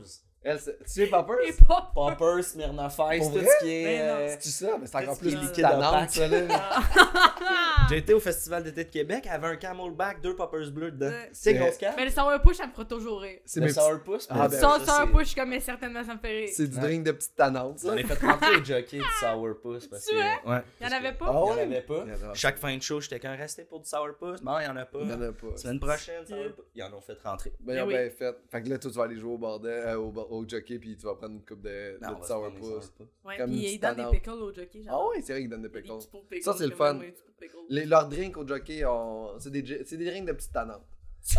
Speaker 6: Elle, c'est- tu sais, Popper?
Speaker 4: Et pas
Speaker 5: Poppers, Smirnoff Ice,
Speaker 6: Pour
Speaker 5: tout
Speaker 6: vrai?
Speaker 5: ce qui est.
Speaker 4: Mais Ben non.
Speaker 5: euh,
Speaker 6: C'est ça, mais c'est encore
Speaker 5: Qu'est-ce
Speaker 6: plus
Speaker 4: qui est
Speaker 6: une
Speaker 4: liquide
Speaker 6: tannante,
Speaker 5: opaque?
Speaker 6: ça, là.
Speaker 4: Ah.
Speaker 5: J'ai été au Festival d'été de Québec, elle avait un camelback, deux poppers bleus dedans.
Speaker 4: Ouais.
Speaker 5: C'est
Speaker 6: Mais-
Speaker 5: grosse canne.
Speaker 4: Mais le sour push ça me fera toujours rire.
Speaker 6: C'est
Speaker 5: Le
Speaker 6: mes petits-
Speaker 5: sourpuss.
Speaker 6: Ah, ben,
Speaker 4: Sans
Speaker 5: ça,
Speaker 4: sour
Speaker 5: c'est-
Speaker 4: push comme mais certainement ça me fait rire.
Speaker 6: C'est du
Speaker 5: Ouais.
Speaker 6: drink de petite tannante,
Speaker 5: On
Speaker 6: ça.
Speaker 5: les fait rentrer au jockey du sourpuss. Parce
Speaker 4: Tu
Speaker 5: que...
Speaker 4: vois?
Speaker 5: Ouais.
Speaker 4: Y'en avait
Speaker 5: pas.
Speaker 4: pas?
Speaker 5: Il
Speaker 6: Ah
Speaker 5: y en
Speaker 6: ouais?
Speaker 5: avait pas.
Speaker 6: Il y en a-
Speaker 5: Chaque fin de show, j'étais quand resté pour du sourpuss. Non, il y en a pas.
Speaker 6: Il y en a pas.
Speaker 5: Semaine prochaine, sourpuss. Ils en ont fait rentrer.
Speaker 6: Ben, ils ont
Speaker 4: Mais
Speaker 6: bien fait. Fait que là, toi, tu vas aller jouer au bordel, euh, au, bar- au jockey, puis tu vas prendre une coupe de,
Speaker 5: Non, on
Speaker 6: de
Speaker 5: va se prendre des
Speaker 6: sourpuss.
Speaker 5: sourpuss.
Speaker 4: Ouais,
Speaker 6: Comme
Speaker 4: puis
Speaker 6: une
Speaker 4: il donne des
Speaker 6: petite
Speaker 4: pickles au jockey.
Speaker 6: Ah
Speaker 4: genre.
Speaker 6: ouais, c'est vrai qu'ils donnent des pickles.
Speaker 4: Des petits pots de pickles,
Speaker 6: Ça, c'est le
Speaker 4: comme
Speaker 6: fun.
Speaker 4: ouais, des petits pots de pickles.
Speaker 6: Les- leurs drinks au jockey, ont- c'est des, j- c'est des drinks de petite tannante.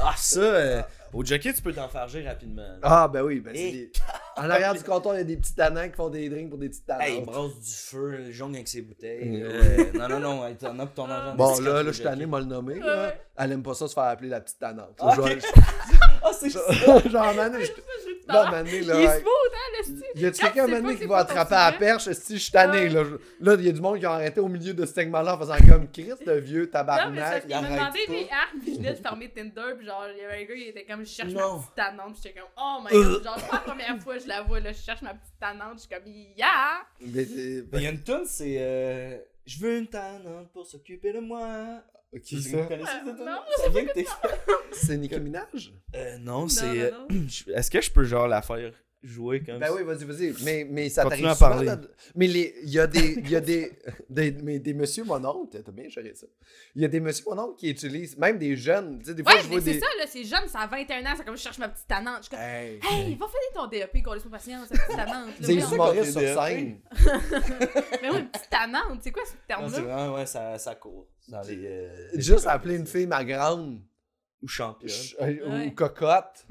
Speaker 5: Ah, ça, euh, au jockey, tu peux t'en faire gérer rapidement. là.
Speaker 6: Ah, ben oui, ben c'est
Speaker 5: Et-
Speaker 6: des... En arrière du canton, il y a des petits tannants qui font des drinks pour des petites tannantes.
Speaker 5: Hey, il brasse du feu, il jongle avec ses bouteilles.
Speaker 6: ah, Mm.
Speaker 5: euh, non, non, non, hey, t'en as pour ton argent.
Speaker 6: Bon,
Speaker 5: C'est
Speaker 6: là,
Speaker 5: quatre
Speaker 6: là,
Speaker 5: au
Speaker 6: je suis tanné,
Speaker 5: jockey.
Speaker 6: m'a le nommé. là.
Speaker 4: Ouais.
Speaker 6: Elle aime pas ça se faire appeler la petite tannante.
Speaker 5: Ah,
Speaker 6: Genre,
Speaker 5: ok. Ah, c'est ça.
Speaker 6: genre, man, je-
Speaker 4: Ça, j'ai tout
Speaker 6: là,
Speaker 4: à l'heure.
Speaker 6: man,
Speaker 4: Il est
Speaker 6: là.
Speaker 4: smooth, hein, le style.
Speaker 6: Y a-tu
Speaker 4: Quand
Speaker 6: quelqu'un,
Speaker 4: tu sais
Speaker 6: man,
Speaker 4: pas
Speaker 6: qui
Speaker 4: c'est
Speaker 6: va
Speaker 4: quoi ton
Speaker 6: attraper à la
Speaker 4: sujet?
Speaker 6: perche? Si je suis tanné, là. je- Là, y a du monde qui a arrêté au milieu de ce segment-là en faisant comme Chris, le vieux
Speaker 4: Non, mais ça,
Speaker 6: tabarnak.
Speaker 4: je
Speaker 5: il
Speaker 4: me
Speaker 5: arrête
Speaker 4: demandé
Speaker 5: pas.
Speaker 4: mes armes, puis je venais de fermer Tinder, puis genre, il y avait un gars, il était comme, je cherche
Speaker 5: Non.
Speaker 4: ma petite tanante, puis j'étais comme, oh my god, genre, c'est pas la première fois que je la vois, là, je cherche ma petite tanante, je suis comme, yeah!
Speaker 6: Mais c'est.
Speaker 5: Il y a une tune, c'est. euh, je veux une tannante pour s'occuper de moi.
Speaker 6: Qui
Speaker 5: Vous
Speaker 6: ça?
Speaker 5: connaissez cette
Speaker 4: Euh,
Speaker 5: tune?
Speaker 4: non,
Speaker 5: Ça vient que t'es
Speaker 6: C'est Nicki Minaj?
Speaker 5: Euh, non,
Speaker 4: Non,
Speaker 5: c'est.
Speaker 4: non, non.
Speaker 5: Je- Est-ce que je peux, genre, la faire jouer comme
Speaker 6: Ben
Speaker 5: ça?
Speaker 6: oui, vas-y, vas-y. Mais, mais ça
Speaker 5: Continue
Speaker 6: t'arrive
Speaker 5: à
Speaker 6: souvent,
Speaker 5: parler.
Speaker 6: là, de- Mais les- il y a des... Il y a des... des mais des messieurs, mon oncle, t'as bien géré ça. Il y a des messieurs, mon oncle, qui utilisent... Même des jeunes. Tu sais, des fois,
Speaker 4: Ouais,
Speaker 6: je
Speaker 4: mais
Speaker 6: vois
Speaker 4: c'est
Speaker 6: des...
Speaker 4: ça, là, c'est jeune, ça a 21 ans, c'est comme, je cherche ma petite tanante, je suis comme,
Speaker 6: Hey.
Speaker 4: hey, va finir ton DEP, qu'on laisse mon patience, cette petite tanante, là,
Speaker 6: Des
Speaker 4: voyons.
Speaker 6: humoristes
Speaker 5: Quand
Speaker 6: sur
Speaker 5: t'es
Speaker 6: scène.
Speaker 4: mais oui, une petite tanante, c'est quoi ce
Speaker 5: Non, c'est
Speaker 4: terme-là?
Speaker 5: vraiment, ouais, ça, ça court. Dans les, euh, les
Speaker 6: Juste
Speaker 5: trucs.
Speaker 6: appeler une fille ma grande.
Speaker 5: Ou championne.
Speaker 6: Ch- euh,
Speaker 4: Ouais.
Speaker 6: ou cocotte.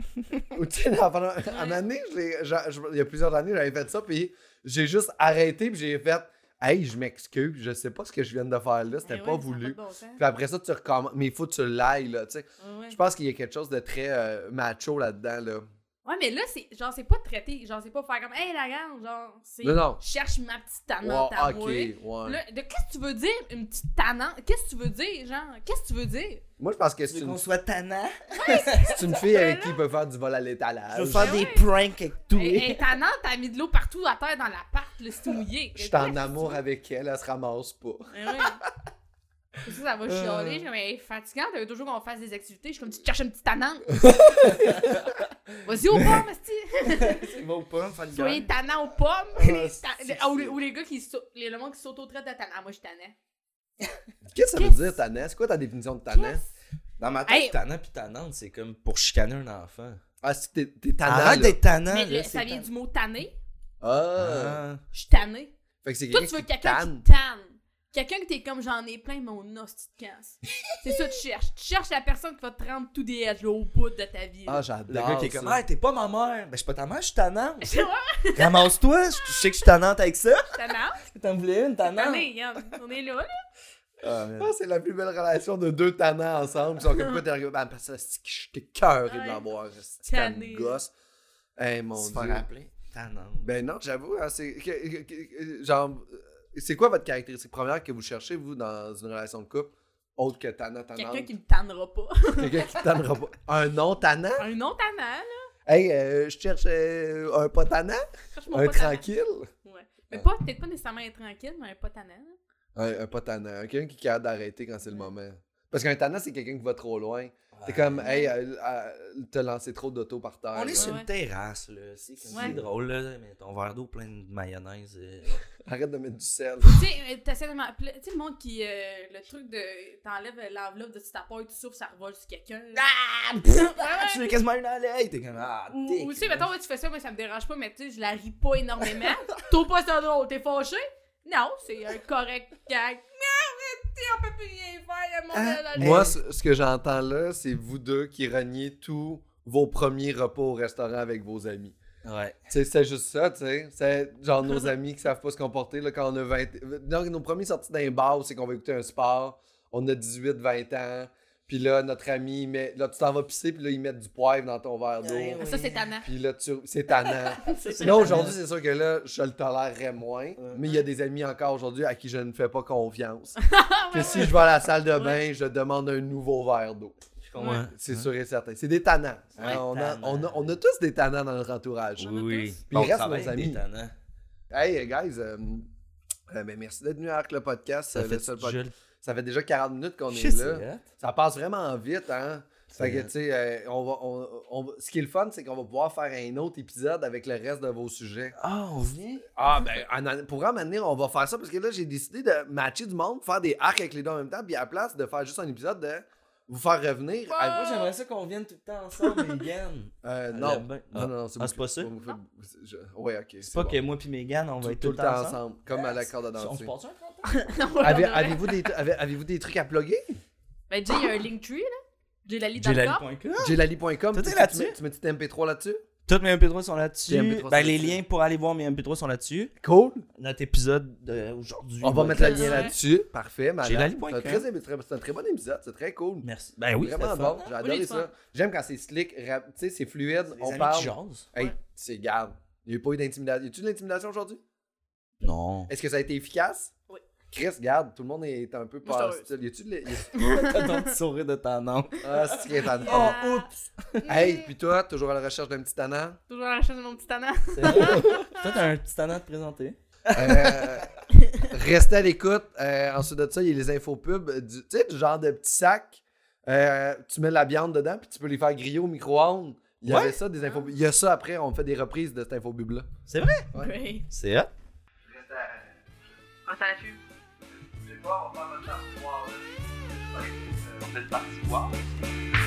Speaker 6: ou tu sais, dans- pendant- en année, je l'ai- j'a- je- il y a plusieurs années, j'avais fait ça, puis j'ai juste arrêté, puis j'ai fait Hey, je m'excuse, je sais pas ce que je viens de faire là, c'était
Speaker 4: Eh ouais,
Speaker 6: pas
Speaker 4: ça a
Speaker 6: voulu.
Speaker 4: de bon sens.
Speaker 6: Puis après ça, tu recommences, mais il faut que tu l'ailles, là, tu sais.
Speaker 4: Ouais, ouais.
Speaker 6: Je pense qu'il y a quelque chose de très euh, macho là-dedans, là.
Speaker 4: Ouais, mais là, c'est genre, c'est pas traité, genre, c'est pas faire comme, hey, la gang, genre, c'est,
Speaker 6: Non, non.
Speaker 4: je cherche ma petite
Speaker 6: Wow,
Speaker 4: tanante à
Speaker 6: ok,
Speaker 4: moi.
Speaker 6: ouais.
Speaker 4: Là, de qu'est-ce que tu veux dire, une petite tannante? Qu'est-ce que tu veux dire, genre? Qu'est-ce que tu veux dire?
Speaker 6: Moi, je pense que
Speaker 5: Tu
Speaker 6: c'est
Speaker 5: veux
Speaker 6: une,
Speaker 5: qu'on soit tannant?
Speaker 6: c'est une fille avec qui il peut faire du vol à l'étalage.
Speaker 5: Je veux
Speaker 4: Mais
Speaker 5: faire
Speaker 4: ouais.
Speaker 5: des pranks avec tout.
Speaker 4: Elle est tannante, t'as mis de l'eau partout à terre dans l'appart, là, c'est mouillé.
Speaker 6: Je suis en amour avec elle, elle se ramasse pas.
Speaker 4: Eh oui. C'est Ça,
Speaker 6: Euh.
Speaker 4: ça va chialer. Je suis comme, elle est fatigante, elle veut toujours qu'on fasse des activités. Je suis comme, tu te cherches une petite tannante. Vas-y aux pommes, esti.
Speaker 5: Il va au pomme, faire une
Speaker 4: Soyez
Speaker 5: gueule.
Speaker 4: tannant aux pommes. Les ta-
Speaker 5: c'est-
Speaker 4: ah, ou, les, ou les gars qui sautent, les, le monde qui saute au trait de tannant. Ah, moi, je suis tannant.
Speaker 6: Qu'est-ce que ça veut
Speaker 4: Qu'est-ce-
Speaker 6: dire, tannant? C'est quoi ta définition de tannant?
Speaker 4: Qu'est-ce-
Speaker 5: Dans ma tête,
Speaker 4: Hey.
Speaker 5: tannant pis tannante, c'est comme pour chicaner un enfant.
Speaker 6: Ah, c'est que t'es- t'es tannant,
Speaker 5: Arrête
Speaker 6: là.
Speaker 5: d'être tannant,
Speaker 4: Mais
Speaker 5: là,
Speaker 4: le-
Speaker 5: c'est
Speaker 4: ça vient
Speaker 5: tannant.
Speaker 4: du mot tanné.
Speaker 6: Ah!
Speaker 5: Ah.
Speaker 4: Je suis tanné.
Speaker 6: Fait que c'est
Speaker 4: Toi, tu veux
Speaker 6: qui
Speaker 4: quelqu'un
Speaker 6: tanne.
Speaker 4: qui tanne. Quelqu'un que t'es comme j'en ai plein, mon hostie de casse. C'est ça que tu cherches. Tu cherches la personne qui va te rendre tout des edges là, au bout de ta vie. là.
Speaker 6: Ah,
Speaker 5: Le
Speaker 6: j'adore
Speaker 5: gars qui est
Speaker 6: ça.
Speaker 5: comme, hey, t'es pas ma mère. Ben, je suis pas ta mère, je suis tannante.
Speaker 4: Je suis
Speaker 5: Ramasse-toi, je je sais que je suis tannante avec ça.
Speaker 6: Ah.
Speaker 4: tannant.
Speaker 5: T'en voulais une, tannante?
Speaker 4: Tanné, regarde. On est là, là.
Speaker 5: Ah, man.
Speaker 6: Ah, c'est la plus belle relation de deux tannants ensemble. Ils sont comme quoi t'es arrivé. Ben, parce que c'est que je t'ai cœuré de
Speaker 4: Ouais.
Speaker 6: l'avoir. C'est comme
Speaker 4: Tanné.
Speaker 6: gosse. Eh mon
Speaker 5: C'est pas
Speaker 6: dieu.
Speaker 5: rappelé. Tannante.
Speaker 6: Ben non, j'avoue. hein, c'est que- que- que- genre, c'est quoi votre caractéristique première que vous cherchez, vous, dans une relation de couple, autre que tannant, tannant
Speaker 4: Quelqu'un qui me tannera pas.
Speaker 6: Quelqu'un qui tannera pas. Un non tannant
Speaker 4: Un non tannant, là.
Speaker 6: Hey, euh, je cherche euh, un pas tannant
Speaker 4: Cherche mon
Speaker 6: Un
Speaker 4: pas tannant.
Speaker 6: tranquille
Speaker 4: Ouais. Mais pas, peut-être pas nécessairement être tranquille, mais un pas tannant. là.
Speaker 6: Un, un pas tannant. Quelqu'un qui est capable d'arrêter quand c'est le moment. Parce qu'un tannant, c'est quelqu'un qui va trop loin. T'es comme, hey, euh, euh, t'as lancé trop d'auto par terre.
Speaker 5: Ah, On
Speaker 6: là.
Speaker 5: est sur
Speaker 4: Ouais.
Speaker 5: une terrasse, là. C'est comme-
Speaker 4: Ouais.
Speaker 5: c'est drôle, là. Mais ton verre d'eau plein de mayonnaise. euh.
Speaker 6: Arrête de mettre du sel.
Speaker 4: Tu sais, euh, t'essaies de m'appeler. Tu sais, le monde qui. euh, le truc de. T'enlèves euh, l'enveloppe de ta poche, tu souffles, ça revole sur quelqu'un. là.
Speaker 5: Ah!
Speaker 4: ouais.
Speaker 5: Tu veux quasiment une à l'œil. T'es comme, ah,
Speaker 4: Ou,
Speaker 5: dick,
Speaker 4: ou tu sais,
Speaker 5: là.
Speaker 4: mettons, ouais, tu fais ça, moi, ça me dérange pas, mais tu sais, je la ris pas énormément. Trouve pas ça drôle, t'es fâché? Non, c'est un correct gag. Non, Ah, mais tu sais, on peut plus rien faire, le monde
Speaker 5: Ah,
Speaker 4: est dans le-
Speaker 6: Hein? Moi, ce, ce que j'entends là, c'est vous deux qui reniez tous vos premiers repas au restaurant avec vos amis.
Speaker 5: Ouais.
Speaker 6: Tu sais, c'est juste ça, tu sais. C'est genre nos amis qui savent pas se comporter là, quand on a 20... Donc, nos premiers sorties d'un bar, c'est qu'on va écouter un sport, on a 18, 20 ans, puis là, notre ami, il met... là, tu t'en vas pisser, puis là, ils mettent du poivre dans ton verre d'eau.
Speaker 5: Ouais,
Speaker 4: Ah, Ça, c'est tannant.
Speaker 6: Puis là, tu... c'est tannant.
Speaker 5: C'est
Speaker 6: Là,
Speaker 5: tannant.
Speaker 6: aujourd'hui, c'est sûr que là, je le tolérerais moins, mais il y a des amis encore aujourd'hui à qui je ne fais pas confiance. que si je vais à la salle de bain, je demande un nouveau verre d'eau.
Speaker 5: Je comprends.
Speaker 6: C'est sûr et certain. C'est des tannants.
Speaker 5: Ouais,
Speaker 6: Hein, on, a,
Speaker 5: tannants.
Speaker 6: on, a, on a tous des tannants dans notre entourage.
Speaker 5: Oui, oui.
Speaker 6: Puis il reste
Speaker 5: travaille
Speaker 6: nos
Speaker 5: avec des
Speaker 6: amis.
Speaker 5: tannants.
Speaker 6: Hey euh, guys, euh, euh, ben, merci d'être venu avec le podcast.
Speaker 5: Ça
Speaker 6: euh, le
Speaker 5: fait
Speaker 6: seul
Speaker 5: du
Speaker 6: pod-
Speaker 5: gel.
Speaker 6: Ça fait déjà 40 minutes qu'on
Speaker 5: Shit,
Speaker 6: est là.
Speaker 5: c'est hot.
Speaker 6: Ça passe vraiment vite, hein? Fait que,
Speaker 5: hein? C'est-
Speaker 6: tu sais, euh, on va, on- on va- ce qui est le fun, c'est qu'on va pouvoir faire un autre épisode avec le reste de vos sujets.
Speaker 5: Ah, on vient?
Speaker 6: Ah, ben, en an- pour en maintenir, on va faire ça parce que là, j'ai décidé de matcher du monde, faire des arcs avec les deux en même temps, puis à la place de faire juste un épisode, de vous faire revenir.
Speaker 5: Ah, moi, j'aimerais ça qu'on vienne tout le temps ensemble, Megan.
Speaker 6: Euh,
Speaker 5: Elle
Speaker 6: non.
Speaker 5: aime bien.
Speaker 6: non, non, non, c'est
Speaker 5: Ah, c'est
Speaker 6: moi
Speaker 5: pas
Speaker 6: qui-
Speaker 5: ça?
Speaker 6: moi qui- je- Ouais, ok.
Speaker 5: C'est pas
Speaker 6: bon.
Speaker 5: que moi puis Megan, on va
Speaker 6: tout,
Speaker 5: être
Speaker 6: tout le temps ensemble, comme à la corde à
Speaker 5: On se
Speaker 6: danser.
Speaker 5: porte un temps?
Speaker 6: Avez- Avez-vous des, avez, avez-vous des trucs à plugger?
Speaker 4: Ben, Jay, il y a un Linktree, là. J'ai la lit dans le corps.
Speaker 6: Jlali.com.
Speaker 5: Tout
Speaker 6: tu-
Speaker 5: est
Speaker 6: tu
Speaker 5: là-dessus.
Speaker 6: mets- Tu mets petit MP3 là-dessus?
Speaker 5: Toutes mes MP3 sont
Speaker 6: Tes
Speaker 5: là-dessus.
Speaker 6: MP3 sont
Speaker 5: ben, les
Speaker 6: là-dessus.
Speaker 5: liens pour aller voir mes MP3 sont là-dessus.
Speaker 6: Cool.
Speaker 5: Notre épisode d'aujourd'hui.
Speaker 6: On va mettre le lien
Speaker 4: Ouais.
Speaker 6: là-dessus. Parfait. malade.
Speaker 5: Jlali.com.
Speaker 6: C'est un très aimé- très- c'est un très bon épisode. C'est très cool.
Speaker 5: Merci. Ben oui,
Speaker 6: Vraiment
Speaker 5: c'était
Speaker 6: bon.
Speaker 5: fun.
Speaker 6: J'ai
Speaker 4: Oui,
Speaker 6: adoré
Speaker 4: c'est
Speaker 6: ça.
Speaker 4: fun.
Speaker 6: J'aime quand c'est slick, rap- tu sais, c'est fluide.
Speaker 5: Les
Speaker 6: on
Speaker 5: amis
Speaker 6: parle.
Speaker 5: qui jasent.
Speaker 6: Hey,
Speaker 4: Ouais.
Speaker 6: c'est garde. Il n'y a pas eu d'intimidation. Y a-tu de l'intimidation aujourd'hui?
Speaker 5: Non.
Speaker 6: Est-ce que ça a été efficace?
Speaker 4: Oui.
Speaker 6: Chris, garde, tout le monde est un peu
Speaker 4: Moi, je
Speaker 6: pas
Speaker 4: suis
Speaker 6: Y a-tu de l'in- y a-
Speaker 5: T'as ton petit sourire de ta nom.
Speaker 6: Ah, c'est qui est tannant.
Speaker 4: Yeah.
Speaker 5: Oh, oups.
Speaker 6: Hey, puis toi, toujours à la recherche d'un petit tannant?
Speaker 4: Toujours à la chaîne de mon petit tannant.
Speaker 5: C'est vrai. Toi, t'as un petit talent à te présenter.
Speaker 6: Euh, restez à l'écoute. Euh, ensuite de ça, il y a les infos pubs. Du, tu sais, du genre de petit sac. Euh, tu mets de la viande dedans, puis tu peux les faire griller au micro-ondes. Il y
Speaker 5: Ouais.
Speaker 6: avait ça, des
Speaker 4: Ah.
Speaker 6: infos. Il y a ça après, on fait des reprises de cette info là Ouais.
Speaker 4: Ouais.
Speaker 5: C'est hot.
Speaker 1: On s'en affût.
Speaker 2: Je vais pas, on va faire notre partie noire, là. On fait une partie noire.